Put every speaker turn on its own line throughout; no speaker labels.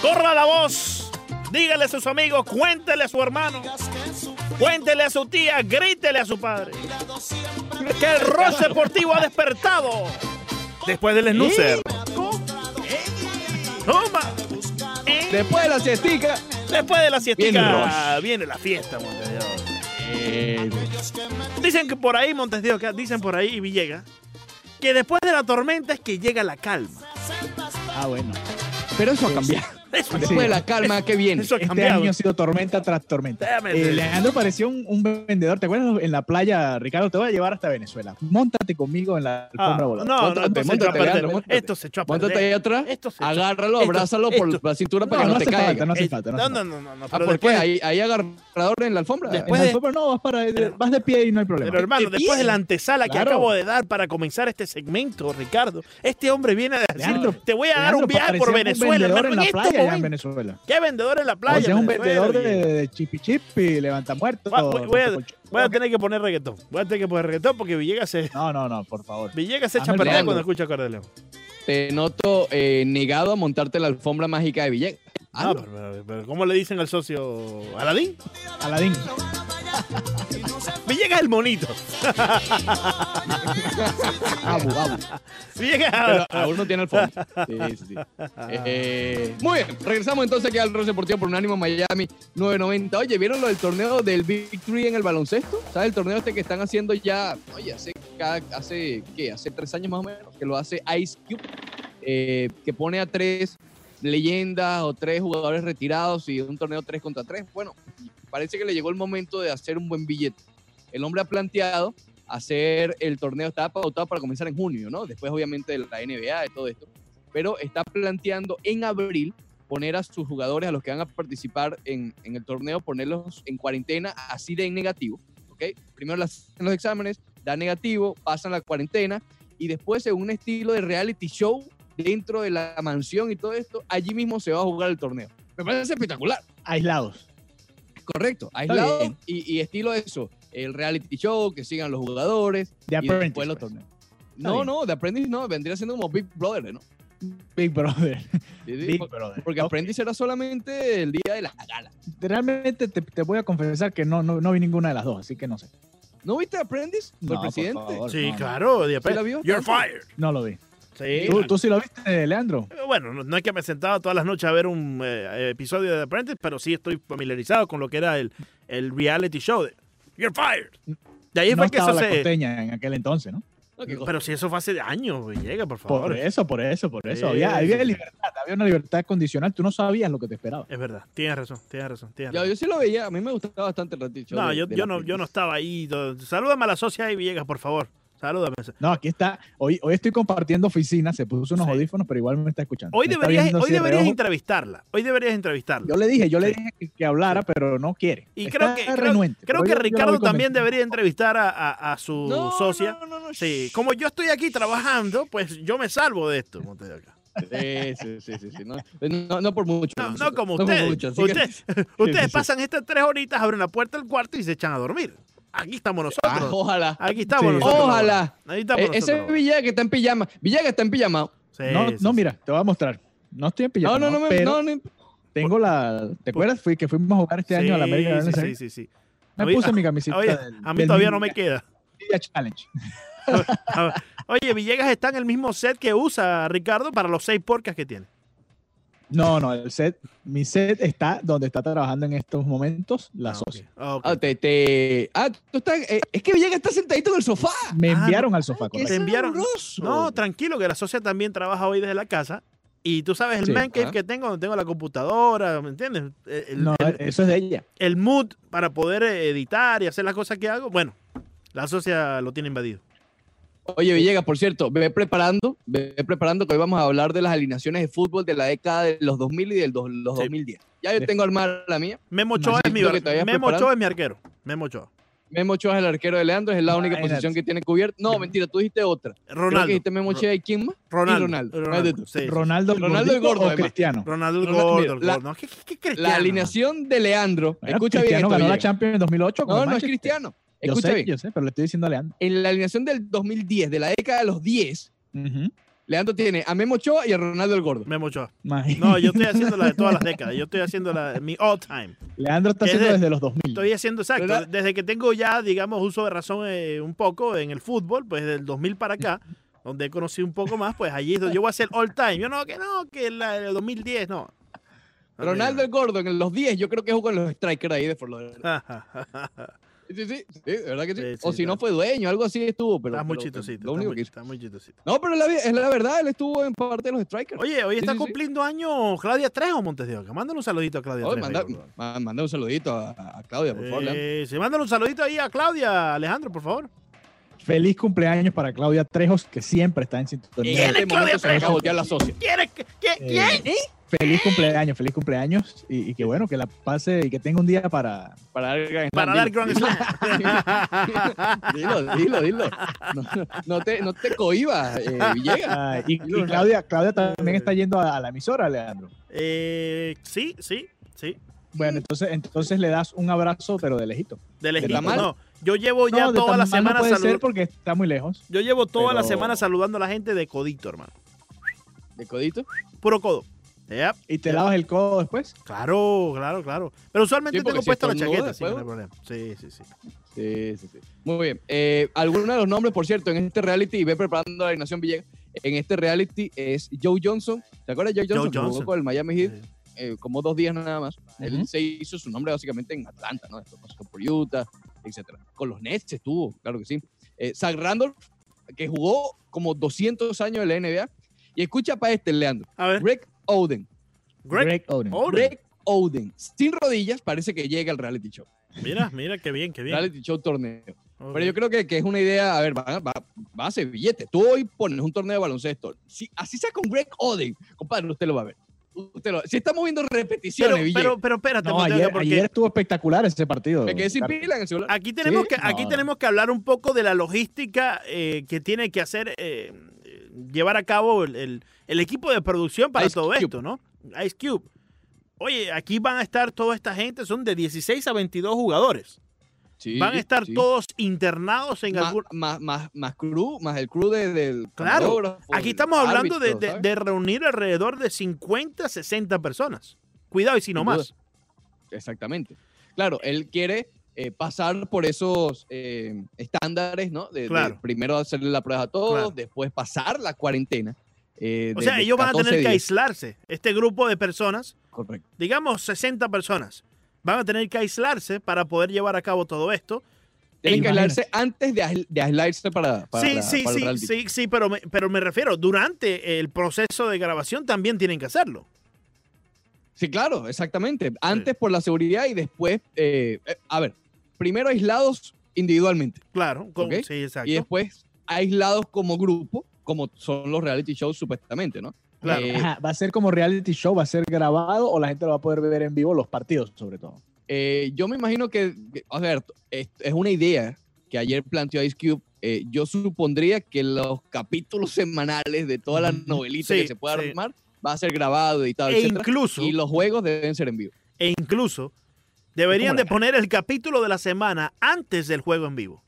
Corra la voz. Dígale a sus amigos, cuéntele a su hermano, cuéntele a su tía, grítele a su padre. Que el Ross Deportivo ha despertado después del snoozer. Toma. Eh,
Después de la siestica.
Después de la
Bien,
siestica
Ross.
viene la fiesta, Montes de Oca.
Eh,
Dicen que por ahí, Montes de Oca, dicen por ahí, Villegas, que después de la tormenta es que llega la calma.
Ah, bueno. Pero eso ha cambiado.
Eso
Después de la calma, ¿qué viene?
Eso ha
este
cambiado.
año ha sido tormenta tras tormenta.
Déjame
Eh,
decir.
Leandro pareció un, un vendedor. ¿Te acuerdas en la playa, Ricardo? Te voy a llevar hasta Venezuela. Móntate conmigo en la
Ah,
alfombra
no, no,
voladora. Móntate,
esto se echó a
móntate,
perder.
Leandro, móntate.
Esto se echó a
Móntate ahí
perder.
atrás,
Esto se echó-
agárralo,
esto-
abrázalo por
esto-
la cintura para
No,
que
no
no te
hace
caiga.
falta, no hace
Eh,
falta. No,
No,
hace
no, no, no, no,
Ah,
pero
¿por qué?
después-
Ahí, ahí agarrador en la alfombra.
falta.
Después
en
de-
la alfombra no, vas, para, vas de pie y no hay problema.
Pero hermano, después de la antesala que
Claro.
acabo de dar para comenzar este segmento, Ricardo, este hombre viene a decir,
Leandro,
te voy a dar
Leandro
un viaje por
parecía un
Venezuela,
vendedor
hermano,
en la
en este
playa allá en
momento.
Venezuela.
¿Qué vendedor en la playa?
O sea, es un
Venezuela,
vendedor de,
oye?
de chipi chipi, levanta muerto.
Va- voy, voy a, voy a tener que poner reggaetón. Voy a tener que poner reggaetón porque Villegas se,
No, no, no, por favor.
Villegas se echa a
Hazme el
perder
regalo.
cuando escucha Cordeleón.
Te noto eh, negado a montarte la alfombra mágica de Villegas.
Ah,
Hazlo.
pero, pero- pero ¿Cómo le dicen al socio Aladín?
Aladín.
Villegas el monito.
Vamos, vamos.
Villegas.
Ah, pero aún no tiene alfombra. Sí, sí, sí. Eh, muy bien, regresamos entonces aquí al Ross Deportivo por Unánimo Miami 990. Oye, ¿vieron lo del torneo del Big Three en el baloncesto? ¿Sabes? El torneo este que están haciendo ya, oye, hace, cada- hace, ¿qué? Hace tres años más o menos, que lo hace Ice Cube, eh, que pone a tres leyendas o tres jugadores retirados y un torneo tres contra tres. Bueno, parece que le llegó el momento de hacer un buen billete. El hombre ha planteado hacer el torneo, estaba pautado para comenzar en junio, ¿no? Después obviamente de la NBA, de todo esto, pero está planteando en abril poner a sus jugadores, a los que van a participar en, en el torneo, ponerlos en cuarentena, así de negativo, ¿ok? Primero las, los exámenes, da negativo, pasan la cuarentena y después en un estilo de reality show dentro de la mansión y todo esto, allí mismo se va a jugar el torneo. Me parece espectacular.
Aislados.
Correcto, aislado
bien.
y, y estilo eso, el reality show, que sigan los jugadores,
De
Y después
Apprentice.
los
pues.
torneos.
Está
No,
bien.
no, de Apprentice no, vendría siendo como Big Brother, ¿no?
Big Brother.
Sí, sí,
Big
por-
Brother.
Porque
No,
Apprentice era solamente el día de la gala.
realmente te, te voy a confesar que no, no, no vi ninguna de las dos, así que no sé.
¿No viste Apprentice? Con
No,
el
por
presidente.
favor,
Sí,
no, no,
claro. de-
¿Sí la vio?
You're fired.
No lo vi.
Sí.
¿Tú, tú sí lo viste, Leandro?
Bueno, no, no es que me sentaba todas las noches a ver un eh, episodio de The Apprentice, pero sí estoy familiarizado con lo que era el, el reality show de You're Fired. De ahí
no
fue que
estaba
eso
la
se...
costeña en aquel entonces, ¿no?
No, qué cosa.
Pero si eso fue hace de años, llega, por favor.
Por eso, por eso, por eso.
Sí,
Había, había
sí.
libertad, había una libertad condicional. Tú no sabías lo que te esperaba.
Es verdad, tienes razón, tienes razón, tienes
yo,
razón.
yo sí lo veía, a mí me gustaba bastante el ratito.
no,
de-
yo,
del
yo no, yo no
Apprentice.
estaba ahí. Do- Salúdame a la socia ahí, Villegas, por favor. Salúdame.
No, aquí está. Hoy, hoy estoy compartiendo oficina. Se puso unos
Sí.
audífonos, pero igual me está escuchando.
Hoy
Me está
deberías,
viendo
hoy
así de
deberías
reojo.
entrevistarla. Hoy deberías entrevistarla.
Yo le dije, yo le dije que, que hablara, pero no quiere.
Y
Está
creo que, creo-
renuente,
creo
pero
que
yo- yo la voy
Ricardo también
convenciendo.
debería entrevistar a, a- a su
No,
socia.
No, no, no, no,
Sí,
shh.
como yo estoy aquí trabajando, pues yo me salvo de esto. Montes de Oca.
Sí, sí, sí, sí, sí, No, no, no por mucho.
No, no
nosotros,
como
por
ustedes.
mucho, así que-
ustedes ustedes pasan estas tres horitas, abren la puerta del cuarto y se echan a dormir. Aquí estamos
Ah,
nosotros.
ojalá.
Aquí estamos
Sí. E-,
nosotros.
Ojalá.
Ahí estamos
Eh, ese
nosotros.
Villegas que está en pijama. Villegas está en pijama.
Sí,
No,
sí,
no,
sí.
mira, te voy a mostrar. No estoy en pijama,
No, no, no, me-
pero
no, no,
tengo la... ¿Te acuerdas? Fui, que fuimos a jugar este año a la
Sí,
América. de
sí,
Buenos
sí,
Aires.
sí, sí.
Me
A mí-
puse mi camiseta
Oye,
del-
a mí
del
todavía no me
Ninja-
queda.
Ninja Challenge.
Oye, Villegas está en el mismo set que usa Ricardo para los seis porcas que tiene.
No, no, el set, mi set está donde está trabajando en estos momentos la
Ah, ok,
socia.
ok.
Ah, te, te- ah, tú estás. eh, es que Villegas está sentadito en el sofá.
Me
Ah,
enviaron al sofá,
Te
Que es
correcto.
enviaron-
sabroso.
No, tranquilo, que la socia también trabaja hoy desde la casa. Y tú sabes el
Sí.
man cave
Ajá.
que tengo, donde tengo la computadora, ¿me entiendes? Eh, El,
No,
el-
eso es de ella.
el mood para poder eh, editar y hacer las cosas que hago. Bueno, la socia lo tiene invadido.
Oye, Villegas, por cierto, ve preparando, ve preparando que hoy vamos a hablar de las alineaciones de fútbol de la década de los 2000 y de los
Sí.
2010. Ya yo tengo armada la mía.
Memo Ochoa es mi,
Imagino que te
bar-
vayas
Memo
preparando.
Ochoa es mi arquero. Memo Ochoa.
Memo Ochoa es el arquero de Leandro, es la única
Imagínate.
posición que tiene cubierta. No, mentira, tú dijiste otra. Creo que
Ronaldo.
dijiste Memo Ochoa y quién más.
Ro- Ronaldo.
Ronaldo.
Ronaldo, sí, sí.
Ronaldo, el
Ronaldo el
gordito
gordo,
o
además.
Cristiano.
Ronaldo el
Ronaldo,
gordo,
mira,
el
la-
gordo. No, ¿qué- qué- qué cristiano,
La alineación de Leandro.
Bueno,
Escucha bien
Cristiano
esto,
ganó la
Villegas.
Champions en 2008. con
No,
el
no es
Manchester.
cristiano.
Yo
Escucha
sé,
bien.
yo sé, pero le estoy diciendo a Leandro.
En la alineación del 2010, de la década de los 10,
Ujú.
Leandro tiene a Memo Ochoa y a Ronaldo el Gordo.
Memo Ochoa.
Imagínate.
No, yo estoy haciendo la de todas las décadas. Yo estoy haciendo la de mi all time.
Leandro está
Es
haciendo
de-
desde los 2000.
Estoy haciendo exacto.
¿Verdad?
Desde que tengo ya, digamos, uso de razón eh, un poco en el fútbol, pues del 2000 para acá, donde he conocido un poco más, pues allí es donde yo voy a hacer all time. Yo no, que no, que la, el 2010, no.
Ronaldo el Gordo en los 10, yo creo que jugó en los strikers ahí de Fort Lauderdale. Sí, sí, sí, de verdad que sí.
Sí, sí,
o si no
está.
fue dueño, algo así estuvo, pero.
Estás muy
pero-
chistosito.
lo
Estás
único
muy,
que hizo.
estás muy chistosito.
No, pero la vi- es la verdad, él estuvo en parte de los strikers.
Oye, hoy
Sí,
está
sí, sí.
cumpliendo año Claudia Trejo, Montes de Oca. Mándale un saludito a Claudia
Oh,
Trejo.
manda,
ahí, por favor.
ma- manda un saludito a, a Claudia, por favor. Leandro.
Eh, sí, mándale un saludito ahí a Claudia, Alejandro, por favor.
Feliz cumpleaños para Claudia Trejos, que siempre está en sintonía.
En
¿Quién es
este
Claudia
momento se me acaba
Trejo?
de voltear la socia.
¿Quieres que, que-
Eh,
¿quién?
Feliz cumpleaños, feliz cumpleaños. Y, y que bueno, que la pase y que tenga un día para.
Para dar el Grand
Para dar
Slam,
Grand
dilo,
Slam.
Dilo, dilo, dilo. dilo. No, no- no te, no te cohibas, eh, Villegas.
Ah, y, y Claudia, Claudia también está yendo a, a la emisora, Leandro.
Eh, sí, sí, sí.
Bueno, entonces, entonces le das un abrazo, pero de lejito.
De lejito.
tamal?
No, yo llevo ya
No, de
toda la
Tamaulipas
semana
no puede ser
saludando.
porque está muy lejos.
Yo llevo toda la
pero-
semana saludando a la gente de codito, hermano.
De codito.
Puro codo. Yep.
Y te lavas el codo después.
Claro, claro, claro. Pero usualmente
Sí, porque
tengo
si
puesto la
estornuda
chaqueta, sí, no hay
después,
problema. Sí, sí, sí.
Sí, sí, sí. Muy bien. Eh, alguno de los nombres, por cierto, en este reality, y ve preparando la alineación Villegas, en este reality es Joe Johnson. ¿Te acuerdas de Joe
Joe
Johnson? que
Johnson.
Jugó con el Miami Heat
Sí.
eh, como dos días nada más. Él
Ujú.
se hizo su nombre básicamente en Atlanta, ¿no? Después pasó por Utah, etcétera. Con los Nets estuvo, claro que sí. Eh, Zach Randolph, que jugó como 200 años en la NBA. Y escucha para este, Leandro.
A ver,
Greg Oden.
Greg.
Oden.
¿Eh? Oden.
Greg Oden. Sin rodillas, parece que llega al reality show.
Mira, mira, qué bien, qué bien.
Reality show torneo.
Ok.
Pero yo creo que, que es una idea, a ver, va, va, va a hacer billete. Tú hoy pones un torneo de baloncesto. Si, así sea con Greg Oden, compadre, usted lo va a ver. Usted lo- si estamos viendo repeticiones,
Pero,
Villegas,
pero, pero espérate,
No,
Monteca,
ayer,
porque
ayer estuvo espectacular ese partido.
me quedé sin
Carlos.
pila en el celular.
aquí tenemos
Sí,
que aquí
no.
tenemos que hablar un poco de la logística eh, que tiene que hacer eh, eh, llevar a cabo el, el- el equipo de producción para
Ice
todo
Cube.
esto, ¿no? Ice Cube. Oye, aquí van a estar toda esta gente, son de 16 a 22 jugadores.
Sí,
van a estar
sí.
todos internados en
más,
algún
más, más, más crew, más el crew de- del
Claro,
camarógrafo,
Aquí
del
estamos hablando de,
árbitro,
de-
¿sabes?
de reunir alrededor de 50, 60 personas. Cuidado y si no
Sin duda.
más.
Exactamente. Claro, él quiere eh, pasar por esos eh, estándares, ¿no? De, de
Claro.
primero hacerle la prueba a todos,
Claro.
después pasar la cuarentena. eh,
O
de-
sea,
de
ellos van a
14
tener que
días.
aislarse. Este grupo de personas
Correcto.
digamos 60 personas, van a tener que aislarse para poder llevar a cabo todo esto.
Tienen que
Imagínate.
aislarse antes de, aisl- de aislarse para, para
sí, sí,
para el
sí,
reality.
sí, sí, pero me, pero me refiero, durante el proceso de grabación también tienen que hacerlo.
Sí, claro, exactamente. Antes por la seguridad y después, eh, eh, a ver, primero aislados individualmente
Claro, con-
Ok.
sí, exacto.
y después aislados como grupo, como son los reality shows supuestamente, ¿no?
Claro.
Eh,
Ajá, va a ser como reality show, va a ser grabado o la gente lo va a poder ver en vivo los partidos, sobre todo.
Eh, yo me imagino que, que- a ver, es, es una idea que ayer planteó Ice Cube. Eh, yo supondría que los capítulos semanales de toda la
Ujú.
novelita
Sí,
que se pueda
sí.
armar va a ser grabado, editado,
e
etcétera,
incluso,
Y los juegos deben ser en vivo.
e incluso deberían
la
de poner el capítulo de la semana antes del juego en vivo.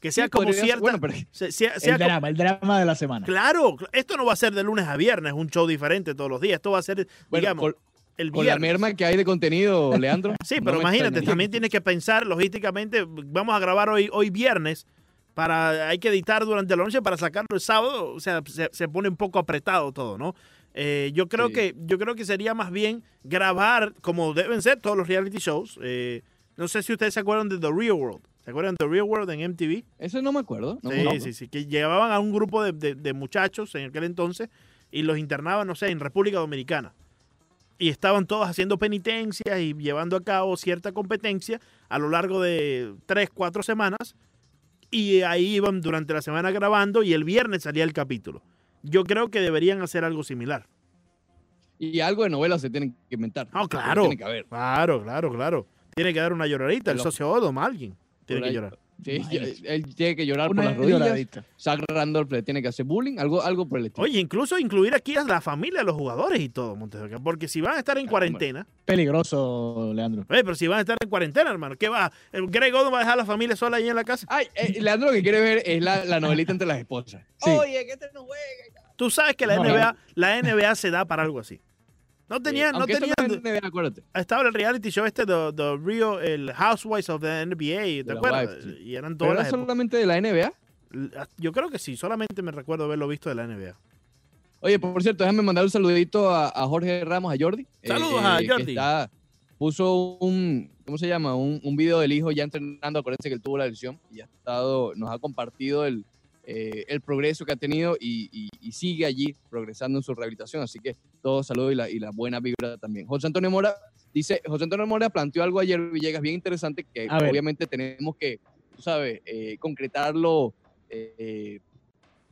Que sea
Sí,
como
podría ser-
cierta...
bueno, pero-
se- sea- sea
el
como-
drama, el drama de la semana.
claro, esto no va a ser de lunes a viernes, un show diferente todos los días. Esto va a ser,
bueno,
digamos,
con,
el
con la
viernes.
merma que hay de contenido, Leandro.
Sí,
no
pero
me
imagínate,
extrañaría.
también tienes que pensar logísticamente, vamos a grabar hoy, hoy viernes, para, hay que editar durante la noche para sacarlo el sábado, o sea, se, se pone un poco apretado todo, ¿no? Eh, yo, creo
Sí.
que, yo creo que sería más bien grabar, como deben ser todos los reality shows, eh, no sé si ustedes se acuerdan de The Real World, ¿se acuerdan de The Real World en MTV?
Eso no me acuerdo. no me
sí,
acuerdo.
sí, sí, que llevaban a un grupo de, de- de muchachos en aquel entonces y los internaban, no sé, en República Dominicana. Y estaban todos haciendo penitencias y llevando a cabo cierta competencia a lo largo de tres, cuatro semanas. Y ahí iban durante la semana grabando y el viernes salía el capítulo. Yo creo que deberían hacer algo similar.
Y algo de novelas se tienen que inventar.
Ah, claro.
Tiene que haber.
Claro, claro, claro. Tiene que dar una lloradita, el
Lo-
sociólogo, alguien. Tiene
Por
que
ahí-
llorar.
Sí, yo- él tiene que llorar por
Una
las rodillas.
lloradita.
Zach Randolph le tiene que hacer bullying, algo, algo por el estilo.
Oye, incluso incluir aquí a la familia, a los jugadores y todo, Monteverde. Porque si van a estar en cuarentena,
Peligroso, Leandro.
oye, pero si van a estar en cuarentena, hermano, ¿qué va? El Greg Oden va a dejar a la familia sola ahí en la casa.
Ay, eh, Leandro lo que quiere ver es la, la novelita entre las esposas.
Sí.
Oye, que este no juega.
Tú sabes que la
No,
NBA, la NBA se da para algo así. No tenían, no
Aunque esto
tenían.
no es NBA, acuérdate.
Estaba el reality show este de, de Rio, el Housewives of the NBA, ¿te
las
acuerdas?
wives, sí.
Y eran
Pero
todas
era
las
solamente de la NBA.
épocas. Yo creo que sí, solamente me recuerdo haberlo visto de la NBA.
Oye, por cierto, déjame mandar un saludito a, a Jorge Ramos, a Jordi. eh,
Saludos a
que
Jordi.
está- puso un, ¿cómo se llama? Un, un video del hijo ya entrenando. Acuérdense que él tuvo la lesión y ha estado, nos ha compartido el, eh, el progreso que ha tenido y, y- y sigue allí progresando en su rehabilitación. Así que todos saludos y la, y la buena vibra también. José Antonio Mora dice, José Antonio Mora planteó algo ayer, Villegas, bien interesante que
A ver.
obviamente tenemos que, tú sabes, eh, concretarlo. eh,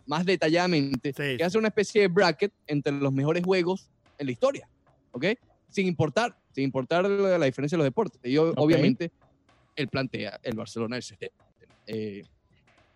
más detalladamente,
Sí,
que hace una especie de bracket entre los mejores juegos en la historia, ¿ok? Sin importar, sin importar la, la diferencia de los deportes. Y o-
Ok.
obviamente, él plantea el Barcelona del 70. Eh,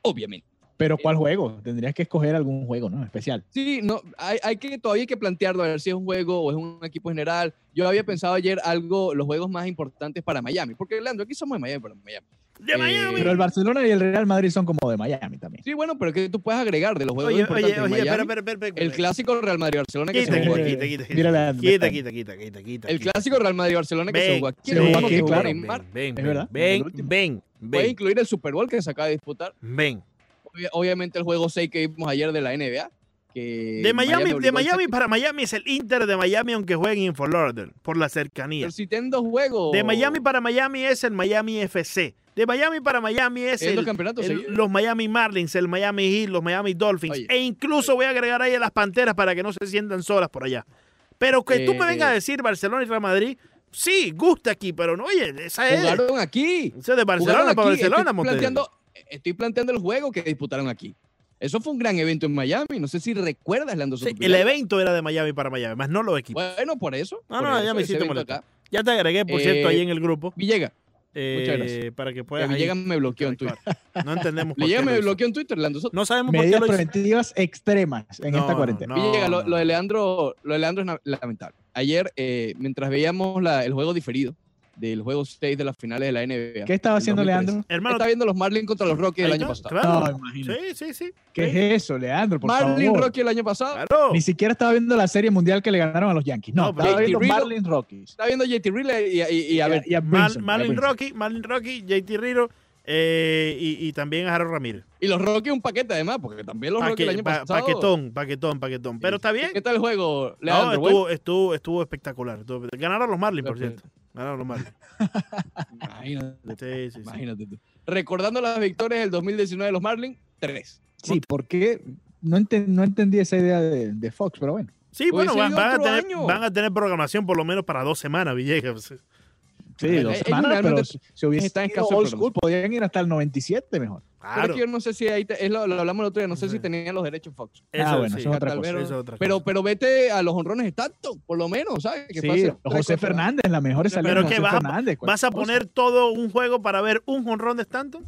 obviamente.
Pero ¿cuál juego? Tendrías que escoger algún juego, ¿no? Especial.
Sí, no, hay, hay que, todavía hay que plantearlo, a ver si es un juego o es un equipo general. Yo había pensado ayer algo, los juegos más importantes para Miami, porque Leandro, aquí somos de Miami, para Miami.
De
eh,
Miami.
Pero el Barcelona y el Real Madrid son como de Miami también.
Sí, bueno, pero que tú puedes agregar de los juegos
Oye, oye,
importantes
oye,
de
espera,
Miami?
espera, espera, espera.
El clásico Real Madrid-Barcelona que
Quita,
se
quita,
jugó aquí.
quita, quita,
Mira la-
quita, quita, quita, quita, quita,
El
quita.
clásico Real Madrid-Barcelona que se
Ven,
jugó aquí.
ven,
Se jugó
mismo
aquí,
que jugó
claro.
Neymar.
Ven,
Es
ven,
verdad,
ven,
el último.
ven,
Puede
ven,
incluir el Super Bowl que se acaba de disputar.
ven.
Obvia- Obviamente el juego 6 que vimos ayer de la NBA. Que
De Miami,
Eh, obligó
de
al
Miami
séptimo.
para Miami es el Inter de Miami, aunque jueguen en Fort Lauderdale, por la cercanía.
Pero si tienen dos juegos.
De Miami para Miami es el Miami FC. De Miami para Miami es
Tienen dos
el,
campeonatos.
el-
seguidos.
los Miami Marlins, el Miami Heat, los Miami Dolphins.
Oye.
e incluso voy a agregar ahí a las Panteras para que no se sientan solas por allá. Pero que tú me
Eh,
vengas a decir Barcelona y Real Madrid, sí, gusta aquí, pero no, oye, esa es.
Jugaron aquí.
Eso es de
Jugaron
Barcelona para
aquí.
Barcelona,
estoy
Montevideo.
planteando, estoy planteando el juego que disputaron aquí. Eso fue un gran evento en Miami. No sé si recuerdas, Leandro.
Sí, el
Sotopirata.
evento era de Miami para Miami, más no los equipos.
Bueno, por eso.
No,
por
no,
eso,
ya me
ese
hiciste
evento
molestar.
acá.
Ya te agregué, por
Eh,
cierto, ahí en el grupo.
Villega.
Eh,
gracias.
Para que
que
puedas. ahí
Villegas me bloqueó en Twitter.
interactuar. No entendemos por
Villegas
qué.
me
lo hizo.
bloqueó en Twitter, Leandro. Soto.
No sabemos por qué
Medidas
lo hizo.
preventivas extremas en
No,
esta cuarentena.
no,
Villegas, lo,
no.
lo de Leandro, lo de Leandro es na- lamentable. Ayer, eh, mientras veíamos la- el juego diferido del juego 6 de las finales de la NBA,
¿Qué estaba haciendo
2013.
Leandro?
Hermano,
está viendo los Marlins contra los Rockies
ahí
del año
está,
pasado.
claro.
No, imagínate.
Sí, sí, sí. Sí,
¿Qué es eso, Leandro? Por
Marlin
favor.
Rocky el año pasado.
Claro.
Ni siquiera estaba viendo la serie mundial que le ganaron a los Yankees. No,
No, pero-
estaba
Hey,
viendo
Tirilo-
Marlin Rockies.
Está viendo JT Real y, y- y a ver,
y a
Mal-
Brinson, y a
Marlon
Brinson.
Rocky, Marlon Rocky, JT Riro eh, y, y también a Harold Ramírez.
y los Rockies un paquete además, porque también los Rockies
Paque-
el año
pa-
pasado.
paquetón, paquetón, paquetón. Pero está bien.
¿Qué tal el juego,
No,
Leandro? Bueno,
estuvo, estuvo, estuvo espectacular. estuvo- Ganaron los Marlins, por cierto. Ganaron los Marlins.
imagínate,
Sí, sí, sí.
imagínate tú. Recordando las victorias del 2019 de los Marlins, 3.
Sí, porque no, enten- no entendí esa idea de, de Fox, pero bueno.
Sí, bueno,
Hubiese
van,
ido
van a
Pues otro
tener,
año.
van a tener programación por lo menos para dos semanas, Villegas.
Sí,
Ellos
dos
realmente
semanas, pero si si hubiese
están
estado
escasos de
old school, podrían ir hasta el 97 mejor.
Pero es
Claro.
que yo no sé si ahí, te- es lo, lo hablamos el otro día, no sé
Sí.
si tenían los derechos Fox.
ah,
Eso
bueno,
sí. Pues,
eso es otra
Tal
cosa.
vez
Eso es otra
Pero,
cosa.
pero vete a los honrones de tanto, por lo menos, ¿sabes? Que fue
Sí,
hace tres,
José
cuatro años.
Fernández, la mejor salida
Pero
de
que
José
vas a-
Fernández.
¿Vas a
cualquier
poner todo un juego para ver un jonrón de Stanton?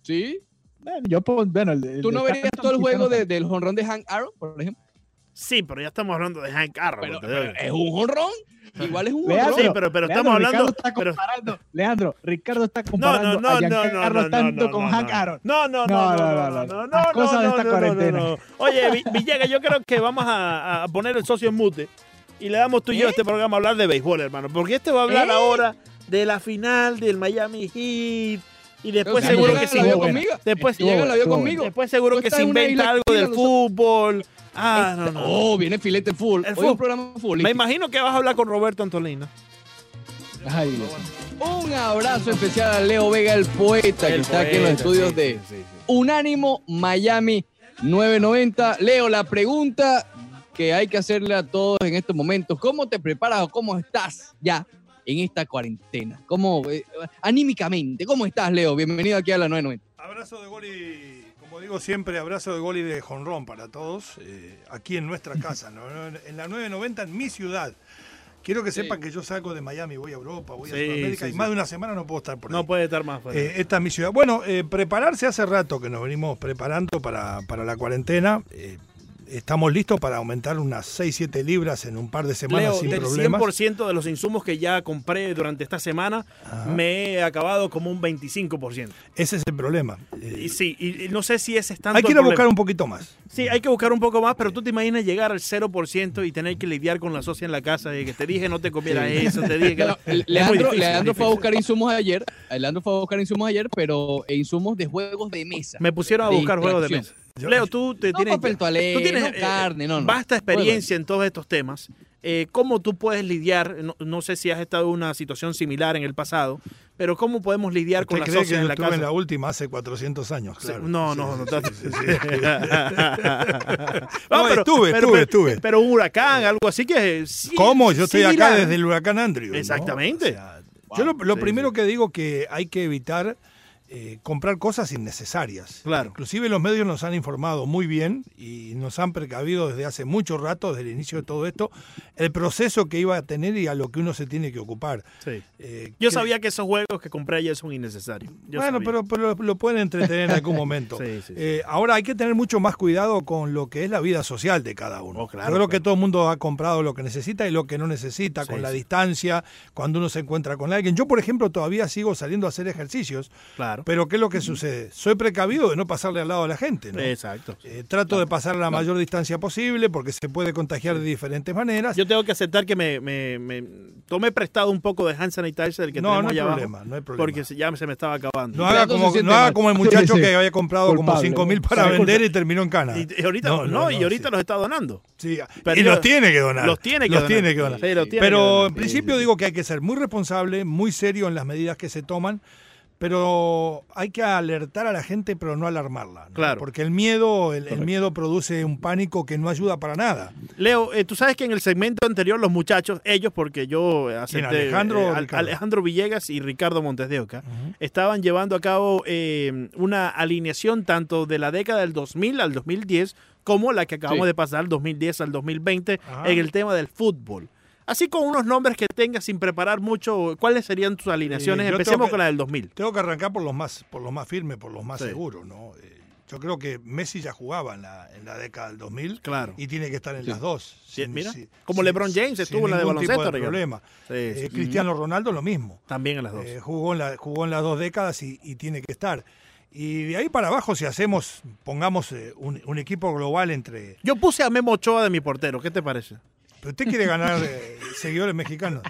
Sí.
cosa. Bueno, yo pon- bueno, el- el
¿Tú
de
no verías
Stanton
todo el
quizá
juego
no
de-
tanto.
del honrón de Hank Aaron, por ejemplo?
Sí, pero ya estamos hablando de Hank Aaron.
Pero,
te
pero
digo.
es un honrón. Igual es un
Leandro,
sí,
honrón.
pero, pero
Leandro,
estamos hablando.
Ricardo está
pero-
comparando, Leandro, Ricardo está
No,
comparando
no, no,
a
no, no,
Giancarlo
no, no,
tanto
no,
con
no,
Hank
no.
Aaron.
No, no, no, no, no, no, no,
Las cosas de
no,
esta
no, no, no,
cuarentena.
no. Oye, Vi- Villegas, yo creo que vamos a, a poner el socio en mute y le damos tú y yo a este programa a hablar de béisbol, hermano, porque este va a hablar
¿Eh?
ahora de la final del Miami Heat y después
Entonces,
seguro
llega
que
la
sí.
vio
conmigo.
Después,
Estuvo
Llega la vio
estuvo
conmigo.
después seguro
Tú
que
estás
se
en una
inventa
isla
algo
aquí,
del
nosotros-
fútbol. Ah, no, no.
Oh, viene filete full.
El
Hoy
full.
un programa full.
Me imagino que vas a hablar con Roberto Antolina.
Ay, Dios mío.
Un abrazo especial a Leo Vega, el poeta, que está aquí en los estudios de Unánimo Miami 990. Leo, la pregunta que hay que hacerle a todos en estos momentos, ¿cómo te preparas o cómo estás ya en esta cuarentena? ¿Cómo, eh, anímicamente, cómo estás, Leo? Bienvenido aquí a la 990.
Abrazo de gol y, como digo siempre, abrazo de gol y de jonrón para todos, eh, aquí en nuestra casa, ¿no? en la 990 en mi ciudad. Quiero que
Sí.
sepan que yo salgo de Miami, voy a Europa, voy a
Sí,
Sudamérica
sí,
y
sí.
más de una semana no puedo estar por ahí.
No puede estar más fuera.
Eh, esta es mi ciudad. Bueno, eh, prepararse hace rato que nos venimos preparando para, para la cuarentena. Eh, estamos listos para aumentar unas 6, 7 libras en un par de semanas
Leo,
sin
del
problemas.
100% de los insumos que ya compré durante esta semana, me he acabado como un 25%.
Ese es el problema. Eh,
Y sí, y, y no sé si ese es tanto
hay que
el
ir a
problema.
buscar un poquito más.
Sí, hay que buscar un poco más, pero tú te imaginas llegar al 0% y tener que lidiar con la socia en la casa de que te dije no te comiera eso, te dije que...
No,
Es muy
Leandro,
difícil,
Leandro
es
fue
difícil.
a buscar insumos ayer, Leandro fue a buscar insumos ayer, pero eh, insumos de juegos de mesa.
Me pusieron a
de
buscar juegos de mesa.
interacción.
Yo-
Leo, tú te
No
tienes,
papel toalé,
tú tienes eh,
no carne, no, no.
vasta experiencia en todos estos temas. Eh, ¿Cómo tú puedes lidiar? No, no sé si has estado en una situación similar en el pasado, pero ¿cómo podemos lidiar con la
¿Usted cree
socia
que
en
yo
la
estuve
casa?
en la última hace 400 años?
Sí,
claro.
No,
Sí,
no,
sí,
no.
sí,
tanto.
sí, sí.
No,
No, estuve, estuve, estuve.
Pero un huracán, algo así que. sí-
¿Cómo? Yo
sí
estoy acá
dirán.
desde el huracán Andrew. ¿no?
Exactamente.
O sea, yo lo, lo primero que digo que hay que evitar eh, comprar cosas innecesarias.
Claro.
Inclusive los medios nos han informado muy bien y nos han precavido desde hace mucho rato, desde el inicio de todo esto, el proceso que iba a tener y a lo que uno se tiene que ocupar.
Sí.
Eh,
Yo
que-
sabía que esos juegos que compré ayer son innecesarios. Yo
bueno,
sabía.
pero, pero lo pueden entretener en algún momento.
Sí, sí, sí.
Eh, ahora hay que tener mucho más cuidado con lo que es la vida social de cada uno.
Oh, claro,
Yo creo que
claro.
todo el mundo ha comprado lo que necesita y lo que no necesita,
Sí,
con la
sí.
distancia, cuando uno se encuentra con alguien. Yo, por ejemplo, todavía sigo saliendo a hacer ejercicios,
Claro.
pero ¿qué es lo que sucede? Soy precavido de no pasarle al lado a la gente. ¿no?
Exacto.
Eh, trato de pasar a la mayor distancia posible porque se puede contagiar de diferentes maneras.
Yo tengo que aceptar que me, me, me tomé prestado un poco de hand sanitizer del que
no,
tenemos
no hay
allá abajo,
problema, no hay problema.
porque se- ya se me estaba acabando.
No haga,
Leandro se
como,
siente
no haga
mal.
como el muchacho
Sí.
que había comprado como
Culpable.
5 mil para
Sí,
vender y terminó en cana.
y, y ahorita, no, y ahorita
sí.
los está donando.
Sí, y
Perdió-
los tiene que donar.
Los tiene que
Los
donar.
tiene que donar.
Sí, los tiene que
Pero
donar.
en principio digo que hay que ser muy responsable, muy serio en las medidas que se toman, pero hay que alertar a la gente, pero no alarmarla. ¿no?
Claro.
Porque el miedo, el, el miedo produce un pánico que no ayuda para nada.
Leo, eh, tú sabes que en el segmento anterior los muchachos, ellos, porque yo eh, acepté,
Alejandro o
Al-
Ricardo?
Alejandro Villegas y Ricardo Montes de Oca, estaban llevando a cabo eh, una alineación tanto de la década del 2000 al 2010 como la que acabamos
Sí.
de pasar, 2010 al 2020,
Ajá.
en el tema del fútbol. Así con unos nombres que tengas sin preparar mucho, ¿cuáles serían tus alineaciones?
Eh, yo
Empecemos
tengo que-
con la del 2000.
Tengo que arrancar por los más, por los más firmes, por los más
Sí.
seguros, ¿no? Eh, Yo creo que Messi ya jugaba en la, en la década del 2000
Claro.
y tiene que estar en
Sí.
las dos.
Sí, mira, como LeBron James
sin
estuvo en la de
ningún tipo
baloncesto, Ricardo.
problema.
Sí, sí.
Eh, Cristiano Ronaldo lo mismo.
También en las dos.
Eh, jugó, en la- jugó en las dos décadas y, y tiene que estar. Y de ahí para abajo, si hacemos, pongamos eh, un, un equipo global entre.
Yo puse a Memo Ochoa de mi portero, ¿qué te parece?
Pero usted quiere ganar eh, seguidores mexicanos.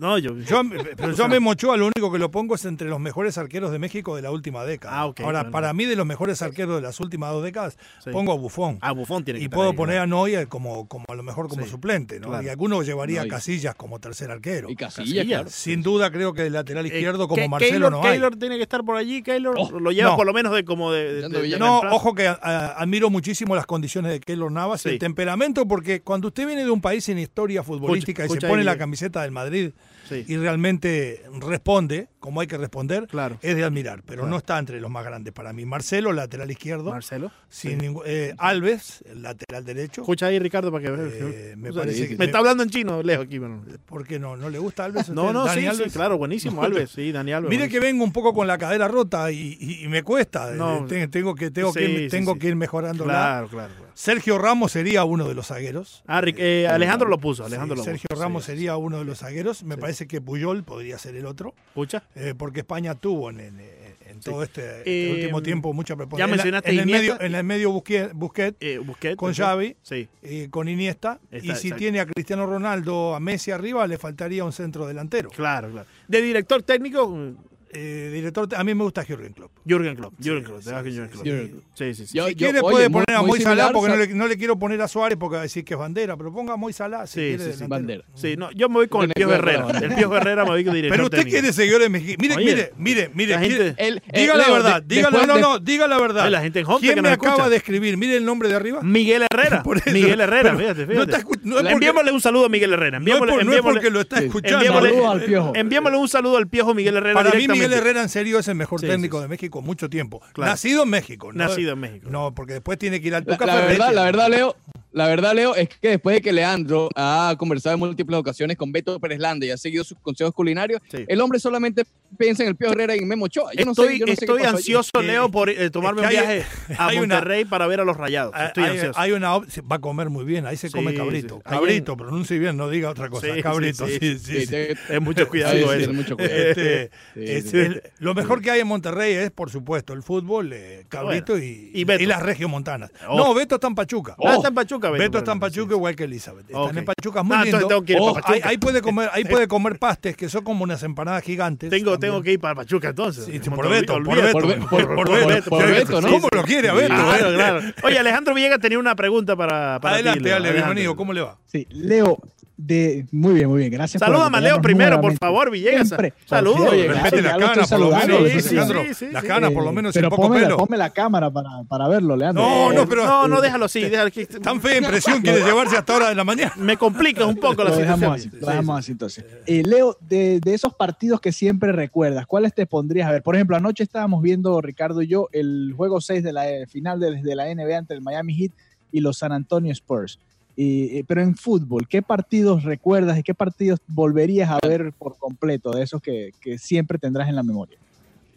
No, yo...
Yo, pero yo a Memo Ochoa lo único que lo pongo es entre los mejores arqueros de México de la última década.
Ah, ok,
Ahora,
bueno.
para mí, de los mejores arqueros de las últimas dos décadas,
Sí.
pongo a Bufón.
a Bufón tiene que
y
estar
puedo
ahí,
poner
claro.
a Noia como, como a lo mejor como
Sí,
suplente, ¿no?
claro.
Y algunos llevaría
No, y-
a Casillas como tercer arquero.
Y Casillas,
Casillas.
claro.
Sin duda creo que el lateral
Eh,
izquierdo como
Ke-
Marcelo
Keylor,
no hay.
Keylor tiene que estar por allí, Keylor.
Oh,
lo lleva
no.
por lo menos de como de. de-
Ando
de- de
bien.
No,
reemplazo.
ojo que a- a- admiro muchísimo las condiciones de Keylor Navas
Sí.
y el temperamento, porque cuando usted viene de un país sin historia futbolística y
escucha
se pone
ahí,
la
Miguel.
camiseta del Madrid
Sí.
y realmente responde como hay que responder,
Claro.
es de admirar, pero
Claro.
no está entre los más grandes para mí. Marcelo, lateral izquierdo,
Marcelo.
sin ningún- eh, Alves, el lateral derecho,
Escucha ahí, Ricardo, para que veas.
Eh, me
O sea,
parece
me,
que-
está hablando en chino, lejos aquí. pero-
porque no, no le gusta Alves. a
No,
usted?
no,
Dani
sí, sí,
Alves.
claro, buenísimo, Alves. Sí, Dani Alves.
Mire que vengo un poco con la cadera rota y, y- y me cuesta.
No.
Ten- tengo que, tengo que,
Sí,
ir-
sí,
tengo
sí.
que ir mejorando.
Claro, claro. claro.
Sergio Ramos sería uno de los zagueros.
Ah, Ric- eh, Alejandro lo puso, Alejandro
Sí,
lo
Sergio
puso,
Ramos
sí.
sería uno de los zagueros. Me parece que Puyol podría ser el otro,
Escucha.
eh, porque España tuvo en, en- en- en todo este, este
Eh,
último tiempo mucha preponderancia.
mencionaste
en, la- en el
Iniesta.
medio, en el medio Busquet, Busquets,
Eh, Busquets.
Con
¿sí?
Xavi.
Sí.
eh, con Iniesta.
Está-
y si
exacto.
tiene a Cristiano Ronaldo, a Messi arriba, le faltaría un centro delantero.
Claro, claro. De director técnico, mm,
Eh, director, a mí me gusta Jürgen Klopp.
Jürgen Klopp. Jürgen Klopp,
sí,
te vas con
sí,
Jürgen Klopp.
Jürgen Klopp.
Sí, sí, sí.
Yo-
Si quiere
oye,
puede
muy-
poner a
muy
Moy Salah
similar,
porque no
sa-
le, no le quiero poner a Suárez porque va a decir que es bandera, pero ponga a Moy Salah si
Sí,
quiere
sí, sí,
delantero.
bandera.
Sí, no, yo me voy con el
Tiene
Pío
que ver con la
Herrera.
bandera.
El Pío Herrera me voy con director
Pero usted
técnico.
quiere seguidores mexicanos. Mire,
Oye,
mire, mire, mire.
la gente-
mire.
El- eh,
diga la
Leo,
verdad,
de-
diga la,
después
no,
de-
no, diga la verdad.
Oye, la gente en Home que
¿Quién
nos
me
escucha?
acaba de escribir? Mire el nombre de arriba.
Miguel Herrera.
Por eso.
Miguel Herrera,
Pero
fíjate,
No,
fíjate.
está escu- no es
Le
porque,
enviémosle un saludo a Miguel Herrera.
no es por-
Enviémosle,
no es
enviémosle-
porque lo está
Sí.
escuchando.
enviémosle-
Saludos al Piojo.
enviémosle un saludo al piojo Miguel Herrera.
Para mí
directamente.
Miguel Herrera en serio es el mejor
Sí,
técnico
sí, sí.
de México mucho tiempo.
Claro.
Nacido en México. ¿no?
Nacido en México.
No, porque después tiene que ir al
La,
Tuca
la
Ferretti.
verdad, la verdad, Leo, La verdad, Leo, es que después de que Leandro ha conversado en múltiples ocasiones con Beto Pérez Landa y ha seguido sus consejos culinarios,
Sí.
el hombre solamente piensa en el Pío Herrera y en Memo Ochoa. Yo no sé-
estoy
yo no sé qué
estoy
pasó allí.
ansioso,
Eh,
Leo, por eh, tomarme
es que
un
hay-
viaje a
hay una-
Monterrey para ver a los rayados.
Hay,
Ah, Estoy ansioso.
hay una op- se va a comer muy bien, ahí se
Sí,
come
sí,
cabrito.
sí.
Cabrito, pronuncie bien, no diga otra cosa.
Sí, sí,
cabrito,
sí.
sí, sí. sí.
Sí, te-
Es mucho cuidado
Sí, sí,
eso. Ah, Eh,
ten mucho cuidado.
Este,
Sí,
es
sí.
el- lo mejor que hay en Monterrey es, por supuesto, el fútbol, eh, cabrito y,
y Beto.
y las regiomontanas.
Oh.
No, Beto está en Pachuca.
Ah, está en Pachuca, Beto.
Beto está en
perdón,
Pachuca
sí,
igual que Elizabeth. Están
Ok.
en Pachuca, es muy
Ah,
lindo.
entonces tengo que ir para
Oh,
Pachuca.
ahí, ahí puede comer, ahí puede comer pastes que son como unas empanadas gigantes.
Tengo,
también.
tengo que ir para Pachuca entonces.
Sí, sí, por
Monterrey,
Beto, por
olvídate.
Beto,
Por Be- por-
por
por-
Beto.
por Beto, ¿no?
¿Cómo lo quiere a Beto?
Claro,
eh?
claro. Oye, Alejandro Villegas tenía una pregunta para, para ti,
Adelante,
Leo.
Ale,
Alejandro.
bienvenido. ¿Cómo le va?
Sí, Leo, de, muy bien, muy bien, gracias. por
Salúdame a Leo
acompañarnos
primero, por
nuevamente.
favor, Villegas.
Siempre.
Saludos.
Oye,
Respete
gracias,
Respete la
ya lo
cana, por
estoy
lo menos,
saludando, sí, sí,
Alejandro.
sí, sí,
La
sí.
cana, por
Eh,
lo menos, y
Pero
poco
ponme, la,
pelo.
ponme la cámara para, para verlo, Leandro.
No,
Eh,
no, pero-
No, no, déjalo así. déjalo que-
Tan fea impresión quiere llevarse hasta ahora de la mañana.
Me complica un poco la
Lo
situación.
dejamos así, lo dejamos así entonces. Eh, Leo, de, de esos partidos que siempre recuerdas, ¿cuáles te pondrías? A ver, por ejemplo, anoche estábamos viendo, Ricardo y yo, el juego 6 de la eh, final de, de la NBA entre el Miami Heat y los San Antonio Spurs. Y, eh, pero en fútbol, ¿qué partidos recuerdas y qué partidos volverías a ver por completo de esos que, que siempre tendrás en la memoria?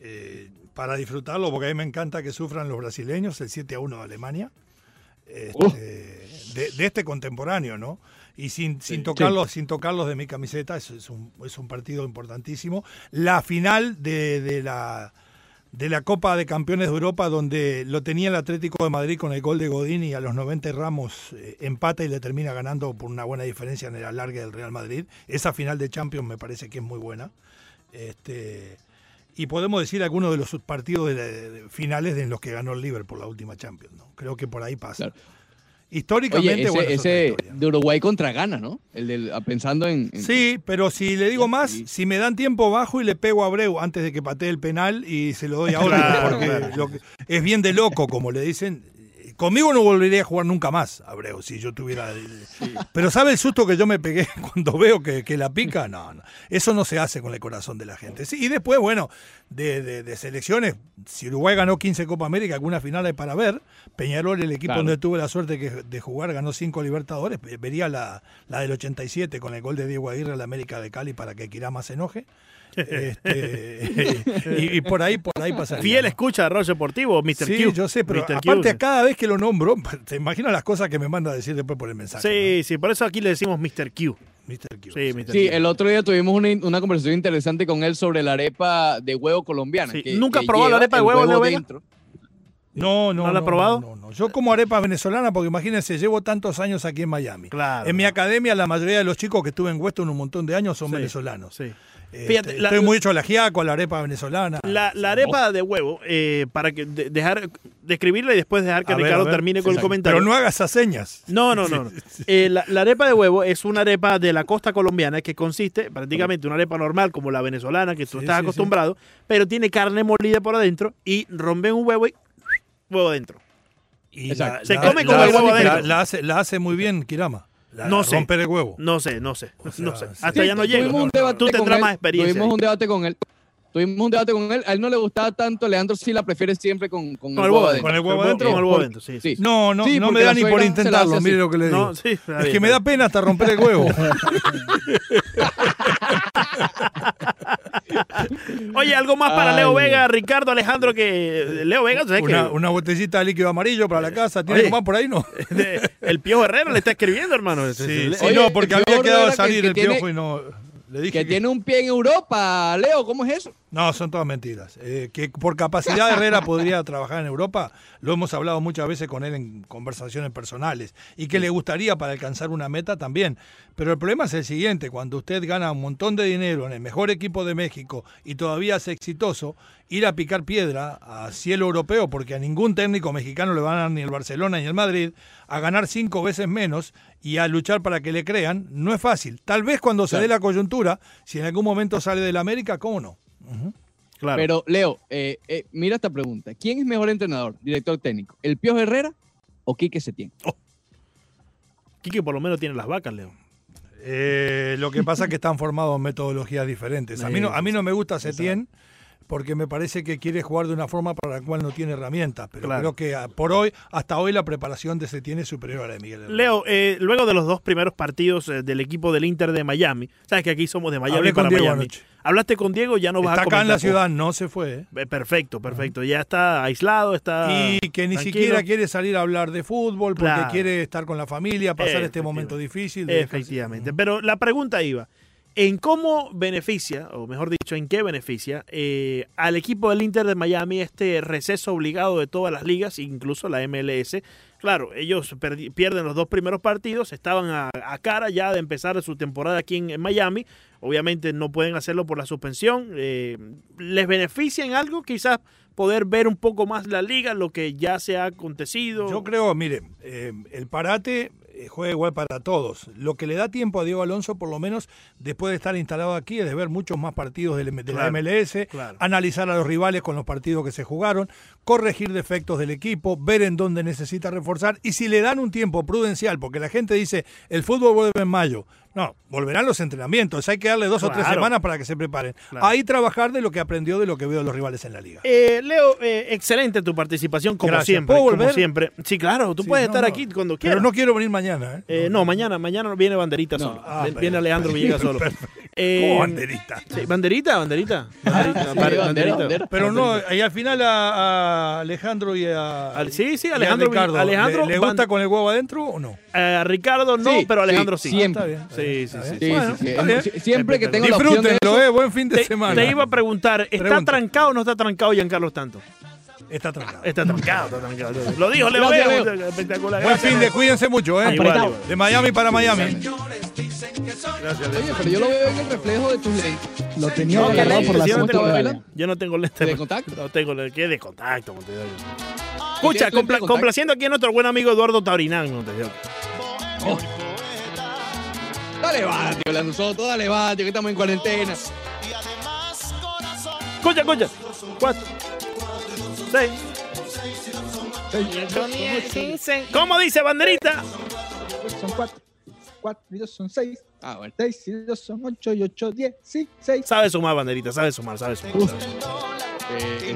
eh, para disfrutarlo, porque a mí me encanta que sufran los brasileños, el 7 a 1 de Alemania, Este,
Uh.
de, de este contemporáneo, ¿no? Y sin, sin, tocarlos, sin tocarlos de mi camiseta, es, es un, es un partido importantísimo. La final de, de la, de la Copa de Campeones de Europa, donde lo tenía el Atlético de Madrid con el gol de Godín y a los 90 Ramos eh, empata y le termina ganando por una buena diferencia en el alargue del Real Madrid. Esa final de Champions me parece que es muy buena. Este, y podemos decir algunos de los partidos de la- de- finales en los que ganó el Liverpool la última Champions. ¿no? Creo que por ahí pasa.
Claro.
Históricamente,
Oye, ese,
bueno, es otra
ese
historia.
de Uruguay contra Ghana, ¿no? El del, pensando en... en-
Sí, pero si le digo más,
Sí.
si me dan tiempo bajo y le pego a Abreu antes de que patee el penal y se lo doy ahora,
Claro,
porque
claro.
lo que- es bien de loco, como le dicen. Conmigo no volvería a jugar nunca más, Abreu, si yo tuviera... eh, Pero ¿sabe el susto que yo me pegué cuando veo que, que la pica? No, no, eso no se hace con el corazón de la gente. Sí, y después, bueno, de, de- de selecciones, si Uruguay ganó 15 Copa América, alguna final hay para ver. Peñarol, el equipo
Claro.
donde tuve la suerte que- de jugar, ganó 5 Libertadores. Vería la, la del 87 con el gol de Diego Aguirre a la América de Cali para que Quirama se enoje. Este, y, y por ahí, por ahí pasa.
Fiel escucha de Roger Deportivo, Mr.
Sí,
Q.
yo sé, pero
Mr. Q,
aparte
sí.
cada vez que lo nombro, te imaginas las cosas que me manda a decir después por el mensaje.
Sí, sí, por eso aquí le decimos Mr. Q.
¿no? Mr. Q.
Sí, Mr.
Sí,
Q.
el otro día tuvimos una, in- una conversación interesante con él sobre la arepa de huevo colombiana.
Sí,
que-
¿nunca
que
has probado la
lleva
arepa de
el
huevo, Leo Vega?
dentro.
No, no.
¿No la ha probado?
No, no. Yo como arepa venezolana, porque imagínense, llevo tantos años aquí en Miami.
Claro.
En mi academia, la mayoría de los chicos que estuve en Weston un montón de años son
Sí,
venezolanos.
Sí.
Este,
Fíjate, la-
estoy muy hecho al ajiaco, a la arepa venezolana.
La, la arepa de huevo, eh, para que de- dejar describirla y después dejar que
A ver,
Ricardo
a ver.
termine con el
Exacto.
comentario.
Pero no hagas esas señas.
No, no, no. no. Eh, la, la arepa de huevo es una arepa de la costa colombiana que consiste prácticamente una arepa normal como la venezolana que tú
Sí,
estás
sí, sí.
acostumbrado, pero tiene carne molida por adentro y rompen un huevo y huevo adentro.
Y
Exacto.
Se come
con el huevo
hace-
adentro.
La, la hace, la hace muy bien, Kirama. La-
No sé.
Romper el huevo.
No sé, no sé,
sea,
no sé.
sí.
Hasta ya no
Sí,
llego.
tuvimos un debate
Tú
con
tendrás
él,
más experiencia.
Tuvimos un debate con él. Tuvimos un debate con él. A él no le gustaba tanto. Leandro sí la prefiere siempre con, con,
Con el huevo
Con
adentro.
el huevo adentro.
Con el huevo adentro, sí. sí.
Sí.
No, no,
Sí,
no me
porque
da
la
ni por
suegra se la
intentarlo,
hace
mire
así.
lo que le digo.
No, sí. está
Es
bien,
que me
está
da pena hasta romper el huevo.
bien. Oye, algo más para
Ay.
Leo Vega, Ricardo Alejandro, que Leo Vega, ¿sabes
Ah, una,
que
una botellita de líquido amarillo para la casa. ¿Tiene
Oye.
algo más por ahí? No.
de- el Pío Herrera le está escribiendo, hermano?
Sí, sí,
Oye,
no, porque
el
había
peor
quedado
era
a
que-
salir
que
el
tiene-
piojo y no. Le dije
Que tiene un pie en Europa, Leo. ¿Cómo es eso?
No, son todas mentiras. Eh, que por capacidad Herrera podría trabajar en Europa, lo hemos hablado muchas veces con él en conversaciones personales, y que le gustaría para alcanzar una meta también. Pero el problema es el siguiente, cuando usted gana un montón de dinero en el mejor equipo de México y todavía es exitoso, ir a picar piedra a cielo europeo, porque a ningún técnico mexicano le van a dar ni el Barcelona ni el Madrid, a ganar cinco veces menos y a luchar para que le crean, no es fácil. Tal vez cuando se dé la coyuntura, si en algún momento sale del América, ¿cómo no?
Claro.
Pero, Leo, eh, eh, mira esta pregunta. ¿Quién es mejor entrenador, director técnico? ¿El Piojo Herrera o Quique Setién?
Quique por lo menos tiene las vacas, Leo.
Eh, lo que pasa es que están formados en metodologías diferentes. A mí no, a mí no me gusta Setién, porque me parece que quiere jugar de una forma para la cual no tiene herramientas. Pero
Claro.
creo que ah, por hoy, hasta hoy, la preparación de Setién es superior a la de Miguel Herrera.
Leo, eh, luego de los dos primeros partidos eh, del equipo del Inter de Miami, sabes que aquí somos de Miami
Hablé con
para
Diego
Miami.
anoche.
Hablaste con Diego, ya no vas
Está
a
acá en la
comentar.
ciudad, no se fue. ¿eh?
Eh, Perfecto, perfecto. Ya está aislado, está.
Y que ni
Ah, tranquilo.
siquiera quiere salir a hablar de fútbol porque
Claro. Eh,
quiere estar con la familia, pasar este
Efectivamente.
momento difícil. de
Efectivamente. Pero la pregunta iba: ¿en cómo beneficia, o mejor dicho, en qué beneficia eh, al equipo del Inter de Miami este receso obligado de todas las ligas, incluso la MLS? Claro, ellos perdi- pierden los dos primeros partidos, estaban a, a cara ya de empezar su temporada aquí en, en Miami. Obviamente no pueden hacerlo por la suspensión. Eh, ¿Les beneficia en algo? Quizás poder ver un poco más la liga, lo que ya se ha acontecido.
Yo creo, mire, eh, el parate eh, juega igual para todos. Lo que le da tiempo a Diego Alonso, por lo menos después de estar instalado aquí, es de ver muchos más partidos del- de,
Claro,
la MLS,
claro.
analizar a los rivales con los partidos que se jugaron, corregir defectos del equipo, ver en dónde necesita reforzar y si le dan un tiempo prudencial, porque la gente dice, el fútbol vuelve en mayo. No, volverán los entrenamientos, hay que darle dos o tres
Claro.
semanas para que se preparen.
Claro.
Ahí trabajar de lo que aprendió de lo que veo de los rivales en la liga.
Eh, Leo, eh, excelente tu participación, como
Gracias.
siempre.
¿Puedo
como
volver?
siempre. Sí, claro, tú
Sí,
puedes
no,
estar
no.
aquí cuando quieras.
Pero no quiero venir mañana. ¿eh?
Eh, no, mañana, mañana viene Banderita
No.
solo.
Ah,
Ven-
perfecto.
viene Alejandro Villegas solo. Eh,
Como banderita. Ah,
sí, banderita, banderita. Banderita,
sí,
pare-
bandera,
Ah, banderita.
bandera.
Pero no, y al final a, a Alejandro y a.
Al- sí, sí,
y a
Alejandro-
Ricardo,
Alejandro
¿le, le gusta
Van-
con el huevo adentro o no?
Eh, Ricardo no,
Sí,
pero Alejandro sí.
sí, siempre.
bien.
Sí, sí, sí.
Sí, sí,
Bueno,
sí.
está bien.
Sie- Siempre que tengo la opción de
Disfrútenlo,
eso,
eh, buen fin de
Te,
semana.
te iba a preguntar, ¿está
Pregunta.
trancado o no está trancado Giancarlo Tanto?
Está trancado.
Está trancado, está trancado. Lo dijo Leo,
Gracias,
Leo.
Leo.
espectacular.
Buen
Gracias,
fin de,
Leo.
cuídense mucho, eh.
Igual,
Apretado.
igual.
De Miami para Miami.
Oye, pero yo lo veo en el reflejo de tus lentes.
Lo tenía
No, que
agarrado
le-
por la
sí, no
cinta
te lo
de
baila.
Valen.
Yo no tengo lentes.
¿De contacto?
No tengo lentes. ¿Qué de contacto? Montevideo? Escucha,
¿Tienes lentes de
compla-
contacto?
complaciendo aquí a nuestro buen amigo Eduardo Taurinán. Montevideo.
Dale, va, tío, la nosotros, dale, va, tío, que estamos en cuarentena.
Escucha, escucha. Cuatro. Seis. ¿Cómo dice banderita?
Son cuatro. Cuatro y dos son seis.
Ah, bueno.
Seis y dos son ocho y ocho diez. Sí, seis.
Sabe sumar, banderita, sabe sumar, sabe sumar.
Uf.
sabe sumar.
Eh,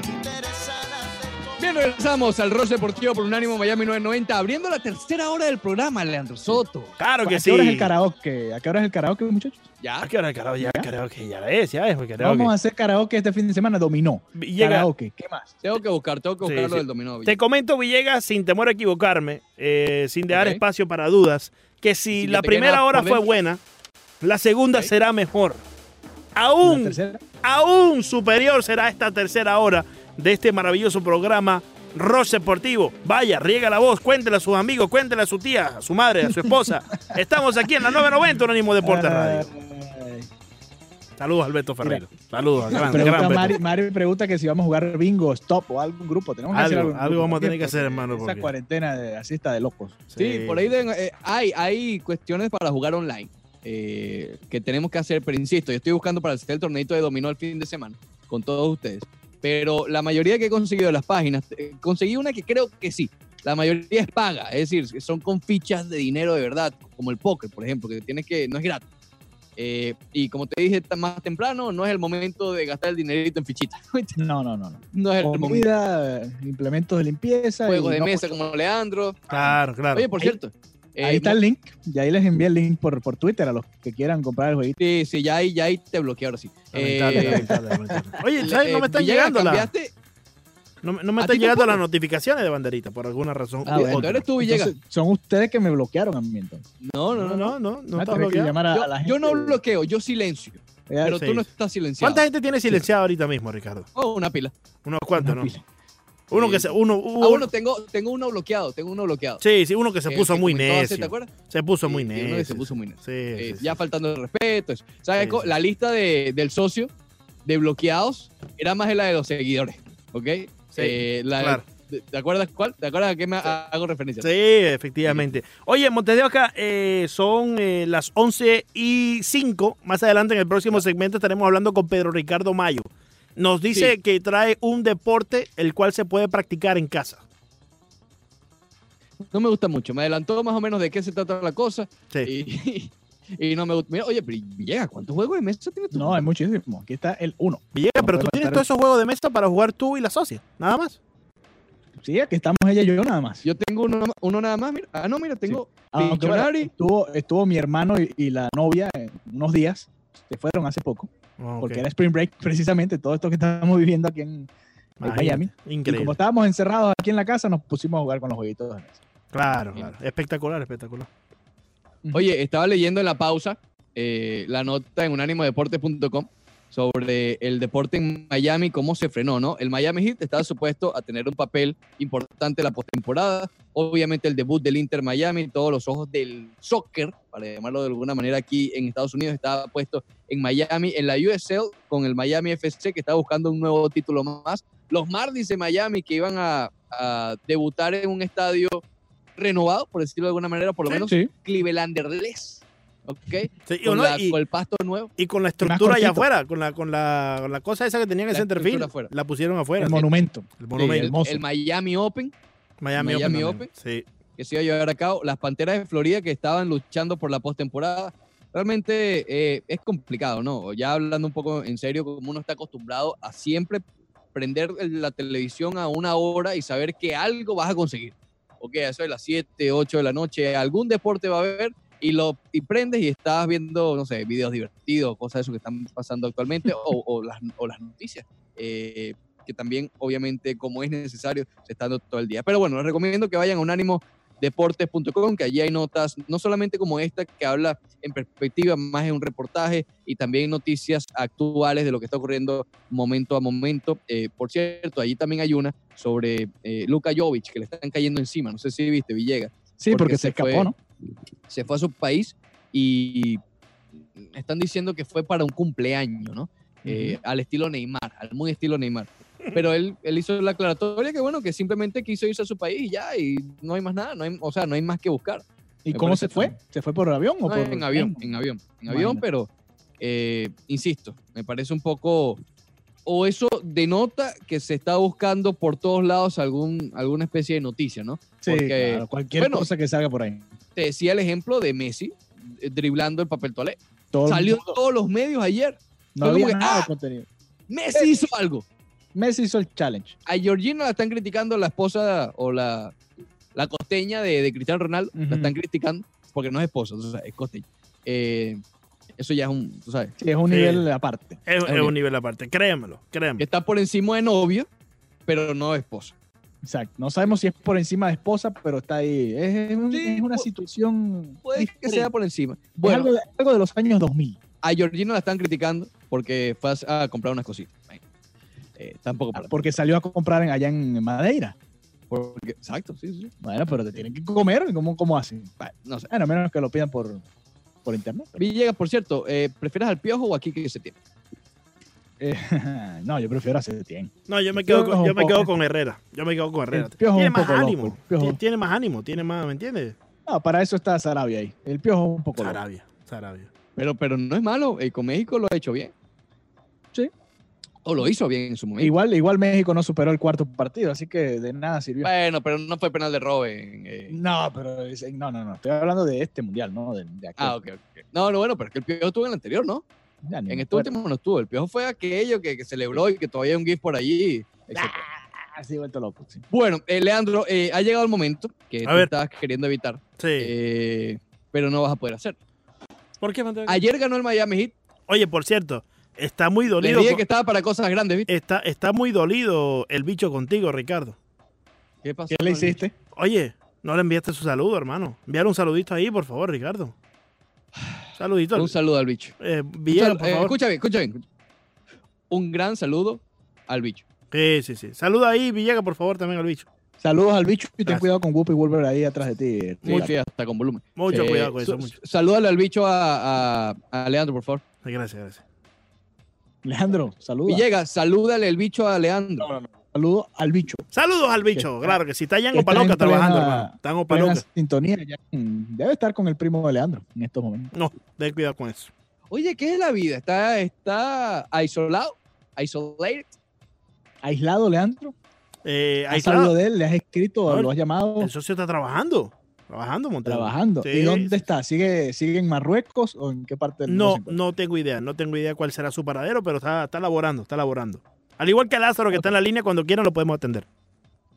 Bien, regresamos al Ross Deportivo por Unánimo Miami 990, abriendo la tercera hora del programa, Leandro Soto.
Claro que
¿A
sí.
qué hora es el karaoke? ¿A qué hora es el karaoke, muchachos?
¿A
Ya.
qué hora es el karaoke? Ya, karaoke, ya es, ya es. Karaoke.
Vamos a hacer karaoke este fin de semana. Dominó.
Llega-
Karaoke. ¿Qué más?
Tengo que buscar, tengo que
Sí,
buscar lo
sí.
del dominó.
Te comento, Villegas, sin temor a equivocarme, eh, sin dejar
Ok.
espacio para dudas, que si
Si
la
te queda
primera
por
hora fue
dentro.
buena, la segunda
Ok.
será mejor.
¿La
Aún,
tercera?
aún superior será esta tercera hora de este maravilloso programa Roche Deportivo. Vaya, riega la voz, cuéntela a sus amigos, cuéntela a su tía, a su madre, a su esposa. Estamos aquí en la 990 Unánimo Deportes
Ah,
Ah,
Radio.
Ay.
Saludos, Alberto Ferreiro. Saludos, gran, gran
eh, Pregunta
Beto.
Mari, Mari pregunta que si vamos a jugar bingo, stop o algún grupo. Tenemos que hacer
Algo,
algún
algo
grupo
vamos a
también,
tener que hacer, hermano.
porque Esa
porque-
cuarentena de, así está de locos.
Sí, por ahí deben- eh, hay, hay cuestiones para jugar online eh, que tenemos que hacer, pero insisto, yo estoy buscando para hacer el torneito de dominó el fin de semana con todos ustedes. Pero la mayoría que he conseguido de las páginas, eh, conseguí una que creo que sí. La mayoría es paga, es decir, son con fichas de dinero de verdad, como el póker, por ejemplo, que tienes que, no es gratis. Eh, y como te dije tan- más temprano, no es el momento de gastar el dinerito en fichitas.
No, no, no. no.
No es el momento.
Comida, eh, implementos de limpieza.
Juegos
y
de
no-
mesa como Leandro.
Claro, claro.
Oye, por
Ahí-
cierto. eh,
Ahí está el link. Y ahí les envié el link por, por Twitter a los que quieran comprar el jueguito.
Sí, sí, ya ahí, ya ahí te bloqueé ahora sí.
Lamentable,
Eh,
lamentable, lamentable. Oye,
le-
¿sabes? No me
eh,
están
Villegas,
llegando, la,
cambiaste.
no, me- no me
¿A
están
ti
llegando las
tampoco?
notificaciones de banderita por alguna razón.
Ah,
u
bueno,
otra.
eres tú, Villegas.
Entonces, son ustedes que me bloquearon a mí entonces.
no, no,
No,
no.
no, no,
no.
no
Voy a
estás
tener que
bloqueado.
llamar a, a la
Yo,
gente.
yo no bloqueo, yo silencio.
Ya,
Pero
sí.
tú no estás silenciado.
¿Cuánta gente tiene silenciada ahorita mismo, Ricardo?
Oh, una pila.
Unos cuantos,
una
¿no?
pila.
Uno que se, uno,
Ah,
uno-
bueno, tengo, tengo uno bloqueado, tengo uno bloqueado.
sí, sí, uno que se
Eh,
puso
que
muy
comentó hace, ¿Te
necio.
acuerdas?
Se puso muy
Sí, sí, uno que
necio.
se puso muy necio.
Sí,
Eh,
sí, sí.
ya faltando el respeto. eso. ¿Sabes?
Sí,
co-
sí.
La lista de, del socio de bloqueados era más de la de los seguidores. ¿Ok? Eh, la de-
claro.
¿Te te acuerdas cuál? ¿Te acuerdas a qué me ha- hago referencia?
Sí, efectivamente. Oye, en Montes de Oca eh, son eh, las 11 y 5. Más adelante en el próximo segmento estaremos hablando con Pedro Ricardo Mayo. Nos dice
Sí.
que trae un deporte el cual se puede practicar en casa.
No me gusta mucho. Me adelantó más o menos de qué se trata la cosa.
Sí.
Y, y no me gusta. Mira, oye, pero Villegas, ¿cuántos juegos de mesa tienes tú?
No, hay muchísimo. Aquí está el 1.
Villegas,
No
pero
puede
tú tienes
faltar.
todos esos juegos de mesa para jugar tú y la socia. Nada más.
Sí, aquí estamos ella y yo nada más.
Yo tengo uno, uno nada más, mira. Ah, no, mira, tengo
Aunque, bueno,
Pictionary.
estuvo, estuvo mi hermano y, y la novia en unos días. Se fueron hace poco.
Ah, ok.
Porque era Spring Break, precisamente. Todo esto que estábamos viviendo aquí en, en
Imagínate.
Miami. Y como
Increíble.
estábamos encerrados aquí en la casa, nos pusimos a jugar con los jueguitos de mesa.
Claro, claro. Espectacular, espectacular.
Oye, estaba leyendo en la pausa eh, la nota en unánimodeportes.com sobre el deporte en Miami, cómo se frenó, ¿no? El Miami Heat estaba supuesto a tener un papel importante en la postemporada. Obviamente el debut del Inter Miami, todos los ojos del soccer, para llamarlo de alguna manera aquí en Estados Unidos, estaba puesto en Miami, en la USL, con el Miami FC, que estaba buscando un nuevo título más. Los Marlins de Miami, que iban a, a debutar en un estadio renovado, por decirlo de alguna manera, por lo menos
Sí.
Clevelanderles. ¿Ok?
Sí, y,
Con,
no,
la-
y-
con el pasto nuevo.
y con la estructura allá
cortito.
afuera, con la, con la, con la cosa esa que tenían en
La
Centerfield,
estructura afuera.
la pusieron afuera.
El
sí.
monumento.
El
El,
monumento.
hermoso.
el Miami Open,
Miami,
Miami
Open.
Open.
también. Sí.
que se iba a llevar a cabo. Las Panteras de Florida, que estaban luchando por la postemporada. Realmente eh, es complicado, ¿no? Ya hablando un poco en serio, como uno está acostumbrado a siempre prender el- la televisión a una hora y saber que algo vas a conseguir. Ok, a eso de las 7, 8 de la noche, algún deporte va a haber y lo y prendes y estás viendo, no sé, videos divertidos, cosas de eso que están pasando actualmente o, o las, o las noticias. eh, que también, obviamente, como es necesario, se está dando todo el día. Pero bueno, les recomiendo que vayan a unánimodeportes.com, que allí hay notas, no solamente como esta, que habla en perspectiva, más en un reportaje, y también noticias actuales de lo que está ocurriendo momento a momento. Eh, por cierto, allí también hay una sobre eh, Luka Jovic, que le están cayendo encima, no sé si viste, Villegas
Sí, porque,
porque
se,
se
escapó,
fue.
¿no?
se fue a su país y están diciendo que fue para un cumpleaños, ¿no? Eh, al estilo Neymar, al muy estilo Neymar. Pero él, él hizo la aclaratoria que bueno, que simplemente quiso irse a su país y ya, y no hay más nada, no hay, o sea, no hay más que buscar.
¿Y
Me
cómo
parece
se fue? ¿Se fue por avión o
No,
por
en avión, en avión, en avión,
Imagínate.
pero eh, insisto, me parece un poco, o eso denota que se está buscando por todos lados algún, alguna especie de noticia, ¿no?
Sí,
porque-
claro, cualquier
bueno.
cosa que salga por ahí.
Te decía el ejemplo de Messi eh, driblando el papel toalé.
Todo el
Salió en
mundo-
todos los medios ayer.
no
fue
había
como que,
nada
¡ah!
de contenido. Eh.
Messi hizo algo.
Messi hizo el challenge.
A Georgina la están criticando la esposa o la, la costeña de, de Cristiano Ronaldo.
Ujú.
La están criticando porque no es esposa, o sea, es costeña. Eh, eso ya es un, tú sabes,
Sí, es un
Sí.
nivel aparte.
Es, es
Ok.
un nivel aparte. Créemelo,
que
créemelo.
está por encima de novio, pero no de esposa.
Exacto. No sabemos si es por encima de esposa, pero está ahí. Es, es un-
Sí,
es una
pu-
situación.
Puede que
diferente.
sea por encima.
Es
Bueno,
algo, de, algo de los años 2000.
a Georgina la están criticando porque fue a, a comprar unas cositas. Bueno, eh, tampoco para
Porque salió a comprar en- allá en Madeira.
porque- Exacto, sí, sí.
Bueno, pero te tienen que comer. ¿Cómo, cómo hacen?
Bueno, no sé.
Bueno, a menos que lo pidan por, por internet.
Villegas, por cierto, eh, ¿prefieres al piojo o aquí que se tiene?
Eh, no, yo prefiero hacer 100.
No, yo me quedo, con,
Este Piojo
yo me
un
quedo
poco.
con Herrera. Yo me quedo con Herrera.
El Piojo
Tiene
un
más
poco loco,
ánimo.
el Piojo.
Ti- Tiene más ánimo, tiene más, ¿me entiendes?
No, para eso está Sarabia ahí. El piojo un poco. loco.
Sarabia, Sarabia.
Pero, pero no es malo, eh, con México lo ha hecho bien.
Sí.
O lo hizo bien en su momento.
Igual, igual México no superó el cuarto partido, así que de nada sirvió.
Bueno, pero no fue penal de Robben. eh.
No, pero es- no, no, no. Estoy hablando de este mundial, no Mm, de, de aquel.
Ah, ok, ok. No, no, bueno, pero es que el piojo estuvo en el anterior, ¿no?
Ya ni
En
me
este
acuerdo.
último no estuvo. El piojo fue aquello que, que celebró y que todavía hay un GIF por allí. etc.
Ah, sí, vuelto loco. sí.
Bueno, eh, Leandro, eh, ha llegado el momento que
A
tú
ver.
estabas queriendo evitar,
Sí.
eh, pero no vas a poder hacer.
¿Por qué, Mateo?
Ayer ganó el Miami Heat.
Oye, por cierto, está muy
Le
dolido.
dije
con-
que estaba para cosas grandes, ¿viste?
Está, está muy dolido el bicho contigo, Ricardo.
¿Qué pasó?
¿Qué le hiciste?
Oye, no le enviaste su saludo, hermano. Enviar un saludito ahí, por favor, Ricardo. Saludito.
Un saludo al bicho.
Eh,
Un
Villegas,
sal-
por
eh,
favor.
escucha bien, escucha bien. Un gran saludo al bicho.
Sí, sí, sí. Saluda ahí, Villegas, por favor, también al bicho.
Saludos al bicho y ten
Gracias.
cuidado con Whoopi Wolver ahí atrás de ti.
Sí,
Ricardo.
sí, hasta con volumen.
Mucho
Eh,
cuidado con
su-
eso, mucho.
Salúdale al bicho a, a- a Leandro, por favor.
Gracias, gracias.
Leandro, saludos.
Villegas, salúdale el bicho a Leandro.
Saludos al bicho.
Saludos al bicho,
está-
claro que sí. Está ya en
que está
Opaloca
en
trabajando,
plena-
hermano. Está en
Plena
Opaloca.
sintonía. ya, mm, Debe estar con el primo de Leandro en estos momentos.
No, ten cuidado con eso.
Oye, ¿qué es la vida? ¿Está, está aislado? ¿Isolated?
Aislado, Leandro.
Eh, ahí
¿Has
Eh, está.
sabido de él? ¿Le has escrito?
No,
¿Lo has llamado?
El socio está trabajando. Trabajando, Montero.
Trabajando.
Sí.
¿Y dónde está? ¿Sigue, ¿Sigue en Marruecos o en qué parte del mundo
No,
se encuentra?
no tengo idea, no tengo idea cuál será su paradero, pero está, está laborando, está laborando. Al igual que Lázaro, que está en la línea, cuando quiera lo podemos atender.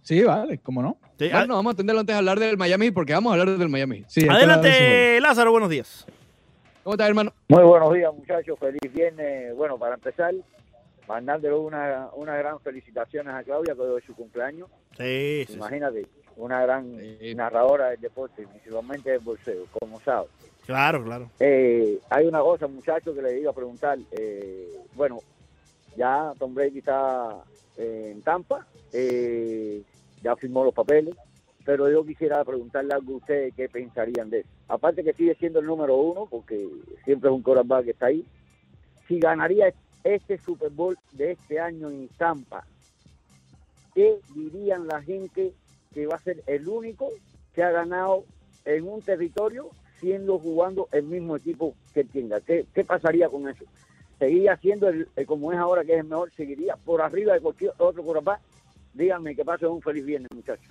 Sí, vale, ¿cómo no?
Sí, a-
Bueno, vamos a atenderlo antes de hablar del Miami, Heat, porque vamos a hablar del Miami. Heat.
Sí, hay que hablar de ese juego.
Adelante, Lázaro, buenos días.
¿Cómo estás, hermano?
Muy buenos días, muchachos. Feliz viernes. Bueno, para empezar, mandándole una, una gran felicitaciones a Claudia, que hoy es su cumpleaños.
Sí, sí, sí,
Imagínate, una gran
Sí.
narradora del deporte, principalmente del bolseo, como sabes.
Claro, claro.
Eh, hay una cosa, muchachos, que le iba a preguntar. Eh, bueno, ya Tom Brady está eh, en Tampa, eh, ya firmó los papeles, pero yo quisiera preguntarle algo a ustedes qué pensarían de eso. Aparte que sigue siendo el número uno, porque siempre es un quarterback que está ahí. Si ganaría este Super Bowl de este año en Tampa, ¿qué dirían la gente que va a ser el único que ha ganado en un territorio siendo jugando el mismo equipo que él tenga. ¿Qué, qué pasaría con eso? ¿Seguiría siendo el, el como es ahora, que es el mejor? ¿Seguiría por arriba de cualquier otro corapá? Díganme que pasen un feliz viernes, muchachos.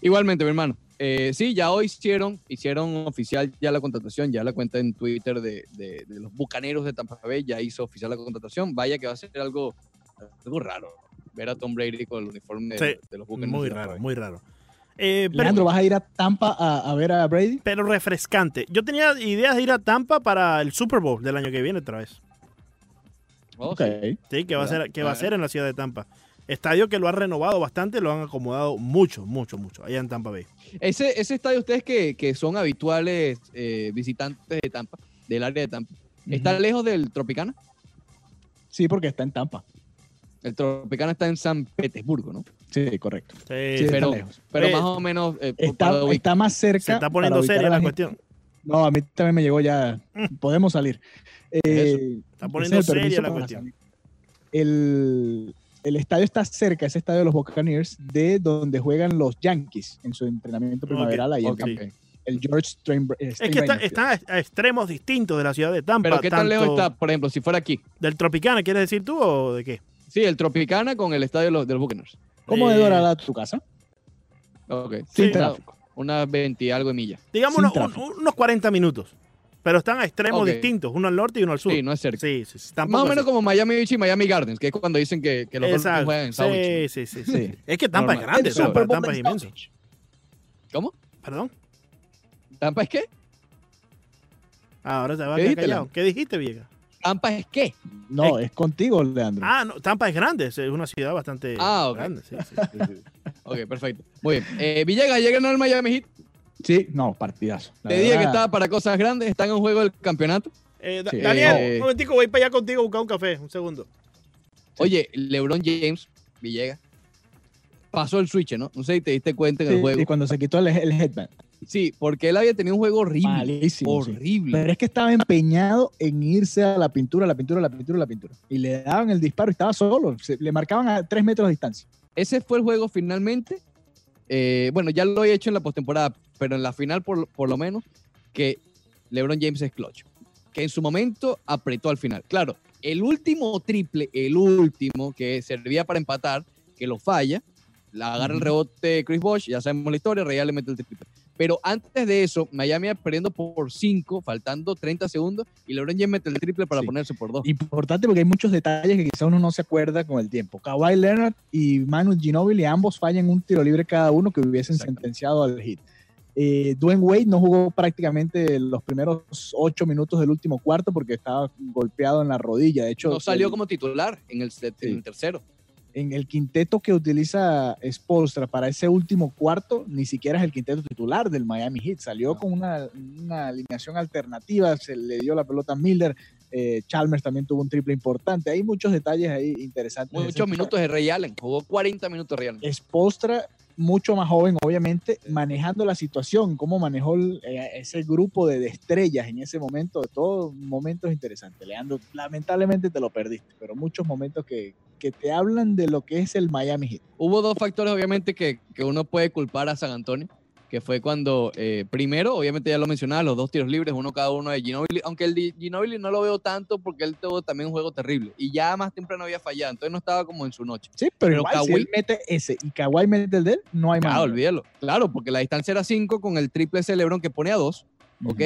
Igualmente, mi hermano. Eh, sí, ya hoy hicieron, hicieron oficial ya la contratación, ya la cuenta en Twitter de, de- de los bucaneros de Tampa Bay ya hizo oficial la contratación. Vaya que va a ser algo, algo raro ver a Tom Brady con el uniforme de,
Sí,
de los bucaneros.
Muy
de Tampa
raro,
Bay.
muy raro. Eh, pero,
Leandro, ¿vas a ir a Tampa a, a ver a Brady?
pero refrescante. Yo tenía ideas de ir a Tampa para el Super Bowl del año que viene otra vez.
Oh,
Ok.
sí.
Sí, que va a
¿Verdad?
ser, que va a
Claro.
ser en la ciudad de Tampa. Estadio que lo han renovado bastante, lo han acomodado mucho, mucho, mucho, allá en Tampa Bay.
Ese, ese estadio, ustedes que, que son habituales eh, visitantes de Tampa, del área de Tampa, ¿está
Ujú.
lejos del Tropicana?
Sí, porque está en Tampa.
El Tropicana está en San Petersburgo, ¿no?
Sí, correcto.
Sí,
Sí,
pero
Pero,
está lejos.
pero
Eh,
más o menos... eh, para
Está,
ubicar-
está más cerca.
se está
para
poniendo
ubicar a
seria la
gente.
cuestión.
No, a mí también me llegó ya. Podemos salir. Eh,
Está poniendo
ese es
seria
el permiso
la
para
cuestión.
salir. El, el estadio está cerca, ese estadio de los Buccaneers, de donde juegan los Yankees en su entrenamiento primaveral ahí en
Ok.
Tampa. El George Strain,
Es que está- están a, a extremos distintos de la ciudad de Tampa.
Pero ¿qué tan
tanto
lejos está, por ejemplo, si fuera aquí?
¿Del Tropicana, quieres decir tú o de qué?
Sí, el Tropicana con el estadio de los, de los Buccaneers.
¿Cómo de
Eh,
dorada tu casa?
Ok.
Sí.
Sin
Una-
tráfico.
Unas 20 y algo de millas.
Digamos
Sin
unos,
tráfico.
un- unos 40 minutos. Pero están a extremos
Ok.
distintos, uno al norte y uno al sur.
Sí, no es cerca.
Sí, sí, sí, tampoco
Más o
es
menos
cerca.
como Miami Beach y Miami Gardens, que es cuando dicen que, que los dos
Exacto.
juegan en South Beach.
sí, sí, sí, sí.
Sí.
Es que Tampa
Normal.
es grande,
El
Tampa,
Super Bowl
Tampa es
de
inmenso.
South Beach.
¿Cómo?
Perdón.
¿Tampa es qué?
Ahora se va a
¿Qué
quedar
dijiste,
callado.
Leandro?
¿Qué dijiste, Viega?
¿Tampa es qué?
No, es contigo, Leandro.
Ah, no, Tampa es grande, es una ciudad bastante
Ah, ok.
grande. sí, sí.
Ok, perfecto. Muy bien. Eh, Villegas llega al Miami Heat.
Sí, no, partidazo. La
Te dije que
verdad,
estaba para cosas grandes. Están en juego del campeonato.
Eh, da-
Sí.
Daniel,
Eh,
un momentico, voy para allá contigo a buscar un café, un segundo.
Oye, LeBron James, Villegas, pasó el switch, ¿no? No sé si te diste cuenta en
sí,
el juego.
Y cuando se quitó el, el headband.
Sí, porque él había tenido un juego horrible.
Malísimo. sí.
horrible.
Pero es que estaba empeñado en irse a la pintura, la pintura, la pintura, la pintura. Y le daban el disparo y estaba solo. Se- le marcaban a tres metros de distancia.
Ese fue el juego finalmente. Eh, bueno, ya lo he hecho en la postemporada, pero en la final, por, por lo menos, que LeBron James es clutch. Que en su momento apretó al final. Claro, el último triple, el último que servía para empatar, que lo falla, la agarra el rebote Chris Bosh, ya sabemos la historia, Real le mete el triple. Pero antes de eso, Miami iba perdiendo por 5, faltando 30 segundos, y LeBron James mete el triple para
Sí.
ponerse por 2.
Importante porque hay muchos detalles que quizá uno no se acuerda con el tiempo. Kawhi Leonard y Manu Ginobili ambos fallan un tiro libre cada uno que hubiesen
Exacto.
sentenciado al hit. Eh, Dwayne Wade no jugó prácticamente los primeros ocho minutos del último cuarto porque estaba golpeado en la rodilla. De hecho,
No salió
el-
como titular en el, set- en
Sí.
el tercero.
en el quinteto que utiliza Spolstra para ese último cuarto, ni siquiera es el quinteto titular del Miami Heat. Salió con una, una alineación alternativa, se le dio la pelota a Miller. eh, Chalmers también tuvo un triple importante. Hay muchos detalles ahí interesantes. de ese
Muchos minutos de Ray Allen, jugó 40 minutos Ray Allen.
Spoelstra, mucho más joven, obviamente, manejando la situación, cómo manejó el- eh, ese grupo de, de estrellas en ese momento, de todos momentos interesantes. Leandro, lamentablemente te lo perdiste, pero muchos momentos que, que te hablan de lo que es el Miami Heat.
Hubo dos factores, obviamente, que, que uno puede culpar a San Antonio, que fue cuando, eh, primero, obviamente ya lo mencionaba, los dos tiros libres, uno cada uno de Ginobili, aunque el de Ginobili no lo veo tanto porque él tuvo también un juego terrible y ya más temprano había fallado, entonces no estaba como en su noche.
Sí, pero,
Pero
igual, si
Kawhi- Ah,
él mete ese y Kawhi mete el de él, no hay más.
Claro, olvídalo. Claro, porque la distancia era 5 con el triple ese de LeBron que pone a 2,
Mm.
¿ok?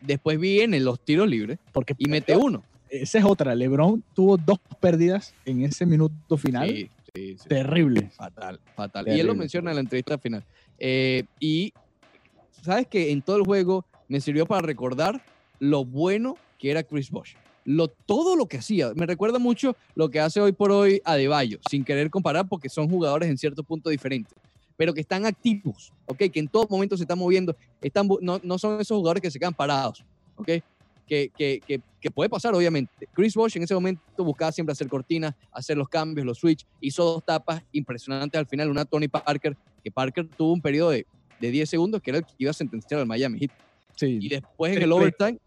Después vienen los tiros libres
Porque
y mete uno.
esa es otra. LeBron tuvo dos pérdidas en ese minuto final.
Sí, sí, sí. pues.
Terrible.
Fatal, fatal. Y él
Terrible.
lo menciona en la entrevista final. Eh, y sabes que en todo el juego me sirvió para recordar lo bueno que era Chris Bosh. Lo, todo lo que hacía. Me recuerda mucho lo que hace hoy por hoy Adebayo, sin querer comparar porque son jugadores en cierto punto diferentes, pero que están activos, ¿ok? Que en todo momento se están moviendo. Están, bu- no, no son esos jugadores que se quedan parados, ¿ok? que, que, que- que puede pasar, obviamente. Chris Bosh en ese momento buscaba siempre hacer cortinas, hacer los cambios, los switch. Hizo dos tapas impresionantes al final. Una Tony Parker, que Parker tuvo un periodo de, de 10 segundos que era el que iba a sentenciar al Miami Heat.
Sí.
Y después en el
Triple.
overtime,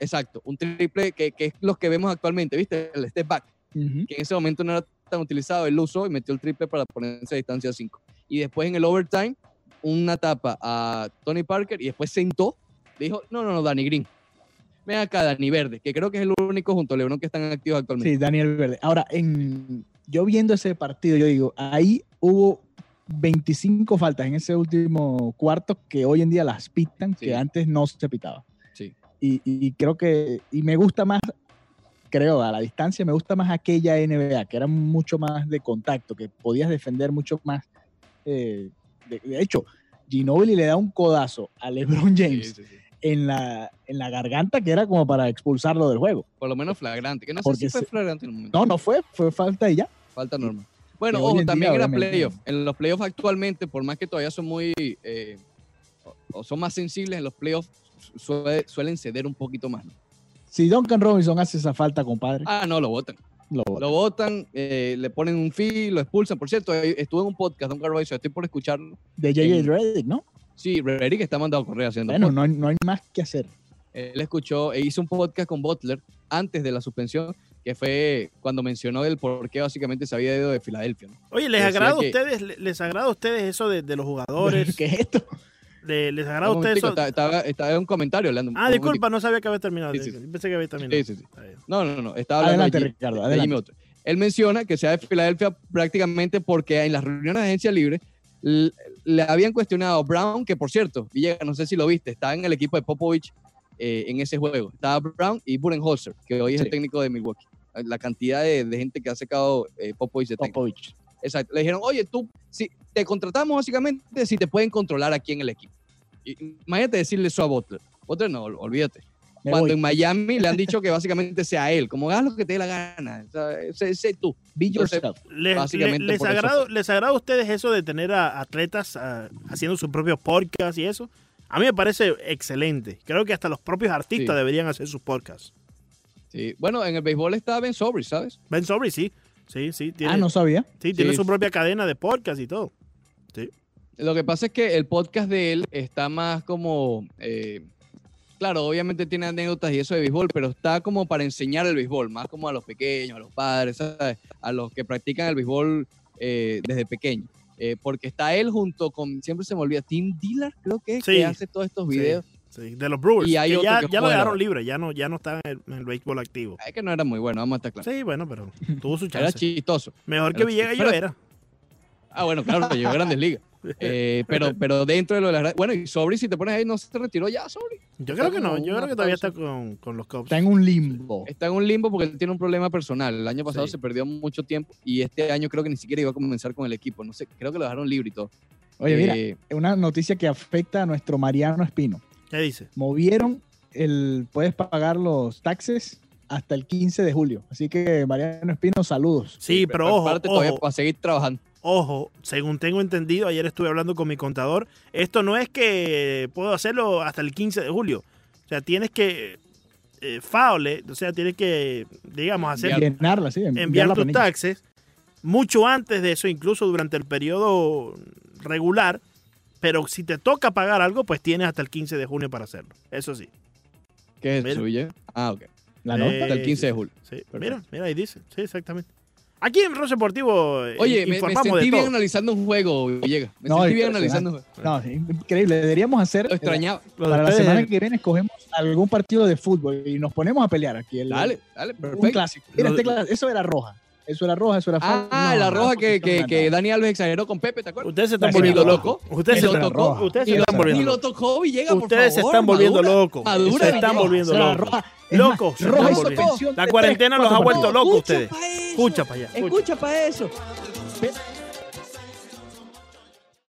exacto, un triple que, que es los que vemos actualmente, ¿viste? El step back
Ujú.
que en ese momento no era tan utilizado, él lo usó y metió el triple para ponerse a distancia a 5. Y después en el overtime, una tapa a Tony Parker y después sentó, dijo, no, no, no, Danny Green. Ven acá, Danny Verde, que creo que es el único junto a LeBron que están activos actualmente.
Sí, Daniel Verde. Ahora, en, yo viendo ese partido, yo digo, ahí hubo 25 faltas en ese último cuarto que hoy en día las pitan,
Sí.
que antes no se pitaba.
Sí.
Y, y creo que, y me gusta más, creo, a la distancia, me gusta más aquella NBA, que era mucho más de contacto, que podías defender mucho más. eh, de, de hecho, Ginobili le da un codazo a LeBron James
Sí, sí, sí.
En, la, en la garganta que era como para expulsarlo del juego.
Por lo menos flagrante, que no sé
Porque
si fue
se-
flagrante en el momento.
No, no fue, fue falta y ya.
Falta normal. Bueno,
Que hoy
ojo,
en
también
día,
era
obviamente.
playoff. En los playoffs actualmente, por más que todavía son muy. eh, o- o son más sensibles, en los playoffs suele- suelen ceder un poquito más. ¿no?
Si Duncan Robinson hace esa falta, compadre,
Ah, no, lo votan.
lo bota.
Lo votan, eh, le ponen un fee, lo expulsan. Por cierto, eh, estuve en un podcast, Don Carvalho, estoy por escucharlo.
de
en-
JJ Redick, ¿no?
Sí, Eric está mandado a correr haciendo.
Bueno,
podcast.
no hay, no hay más que hacer.
Él escuchó e hizo un podcast con Butler antes de la suspensión, que fue cuando mencionó el por qué básicamente se había ido de Filadelfia. ¿no?
Oye, ¿les
Decía
agrada a
que-
ustedes, le- les agrada a ustedes eso de, de los
Pues,
jugadores?
¿Qué es esto?
De- ¿Les agrada a
Un
ustedes
momentico,
eso?
está- Estaba, estaba en un comentario hablando.
Ah, disculpa, no sabía que había terminado.
Sí, sí, sí.
Pensé que había terminado.
Sí, sí, sí.
Está bien.
No, no, no, estaba hablando
Adelante,
de Jim-
Ricardo,
de
adelante.
Jimmy Butler. Él menciona que sea de Filadelfia prácticamente porque en las reuniones de agencia libre l- le habían cuestionado a Brown, que por cierto, Villegas, no sé si lo viste, estaba en el equipo de Popovich eh, en ese juego. Estaba Brown y Budenholzer, que hoy es el
Sí.
técnico de Milwaukee. La cantidad de, de gente que ha sacado eh, Popovich de técnico.
Popovich.
Exacto. Le dijeron, oye, tú, si te contratamos básicamente si te pueden controlar aquí en el equipo. Y, imagínate decirle eso a Butler. Butler no, ol- olvídate.
Me
Cuando
voy.
en Miami le han dicho que básicamente sea él, como haz lo que te dé la gana, o sea, sé, sé tú.
Be
Entonces,
yourself. Ah,
Les,
Básicamente
le- les
por eso
agrado-
fue.
¿Les agrada a ustedes eso de tener a atletas ah, haciendo sus propios podcasts y eso? A mí me parece excelente. Creo que hasta los propios artistas
Sí.
deberían hacer sus podcasts.
Sí. Bueno, en el béisbol está Ben Sobris, ¿sabes?
Ben Sobry, sí. Sí, sí. Tiene,
Ah, no sabía.
sí, tiene
sí.
su propia cadena de podcast y todo.
Lo que pasa es que el podcast de él está más como, eh, claro, obviamente tiene anécdotas y eso de béisbol, pero está como para enseñar el béisbol, más como a los pequeños, a los padres, ¿sabes? a los que practican el béisbol eh, desde pequeño. Eh, porque está él junto con, siempre se me olvida, Tim Dillard, creo que, es,
Sí.
que hace todos estos
Sí.
videos.
Sí, de los Brewers.
Y hay
que
otro
ya
que
ya lo
juega.
dejaron libre, ya no, ya no está en el, en el béisbol activo.
Es que no era muy bueno, vamos a estar claros.
Sí, bueno, pero tuvo su
Era
chance.
chistoso.
Mejor que
era
Villegas
chistoso.
yo era.
Ah, bueno, claro, llegó a grandes ligas. Eh, pero, pero dentro de lo de las... Bueno, y Sobri, si te pones ahí, no se retiró ya, Sobri.
Yo creo que no,
como
yo
una
creo que todavía
pausa.
está con, con los Cubs.
Está en un limbo.
Está en un limbo porque él tiene un problema personal. El año pasado
Sí.
se perdió mucho tiempo y este año creo que ni siquiera iba a comenzar con el equipo. No sé, creo que lo dejaron libre y todo.
Oye, mira,
Eh,
una noticia que afecta a nuestro Mariano Espino.
¿Qué dice?
Movieron el. Puedes pagar los taxes hasta el 15 de julio. Así que, Mariano Espino, saludos.
Sí, pero ojo,
prepárate todavía
ojo,
para seguir trabajando.
ojo, según tengo entendido, ayer estuve hablando con mi contador, esto no es que puedo hacerlo hasta el 15 de julio. O sea, tienes que eh, faule, o sea, tienes que, digamos, hacer
Enviar-
Llenarla, sí.
enviar
la
tus
planilla.
taxes mucho antes de eso, incluso durante el periodo regular. Pero si te toca pagar algo, pues tienes hasta el 15 de junio para hacerlo. Eso sí.
¿Qué es
Mira.
eso, Villa? Ah, ok.
La
Eh,
nota.
Hasta el 15 de julio.
sí.
Perfecto.
Mira, mira, ahí dice. Sí, exactamente. Aquí en Ross Deportivo eh,
Oye, me- me,
informamos
sentí
de todo.
bien analizando un juego, Villegas. Me
No,
sentí bien
impresionante.
analizando un juego.
No, sí, increíble. Deberíamos hacer. eh,
Lo extrañaba.
Para la
Ustedes-
semana que viene escogemos algún partido de fútbol y nos ponemos a pelear aquí. El,
Dale, dale,
un
perfecto.
clásico. Mira,
Lo-
este clas- eso era roja. Eso era roja, eso era
Ah,
falta. No,
la roja
no,
que,
no,
que,
no,
que
no.
Dani Alves exageró con Pepe, ¿te acuerdas?
Ustedes se están
Ese
volviendo
era
locos. Ustedes se
Ese
están-
era rojo.
ustedes se
Y lo,
están volviendo
y lo
locos.
tocó Villegas, por
Ustedes se
favor,
están volviendo
madura.
locos.
Madura,
Se están
Villegas.
volviendo
O sea, la
locos.
roja- es más,
Locos. se
roja
están
es
volviendo.
suspensión de
La
tres,
cuarentena los
cuatro
ha vuelto
partidos.
locos
Escucha
ustedes.
pa' eso.
Escucha para allá. escucha.
Escucha para eso.
Pe-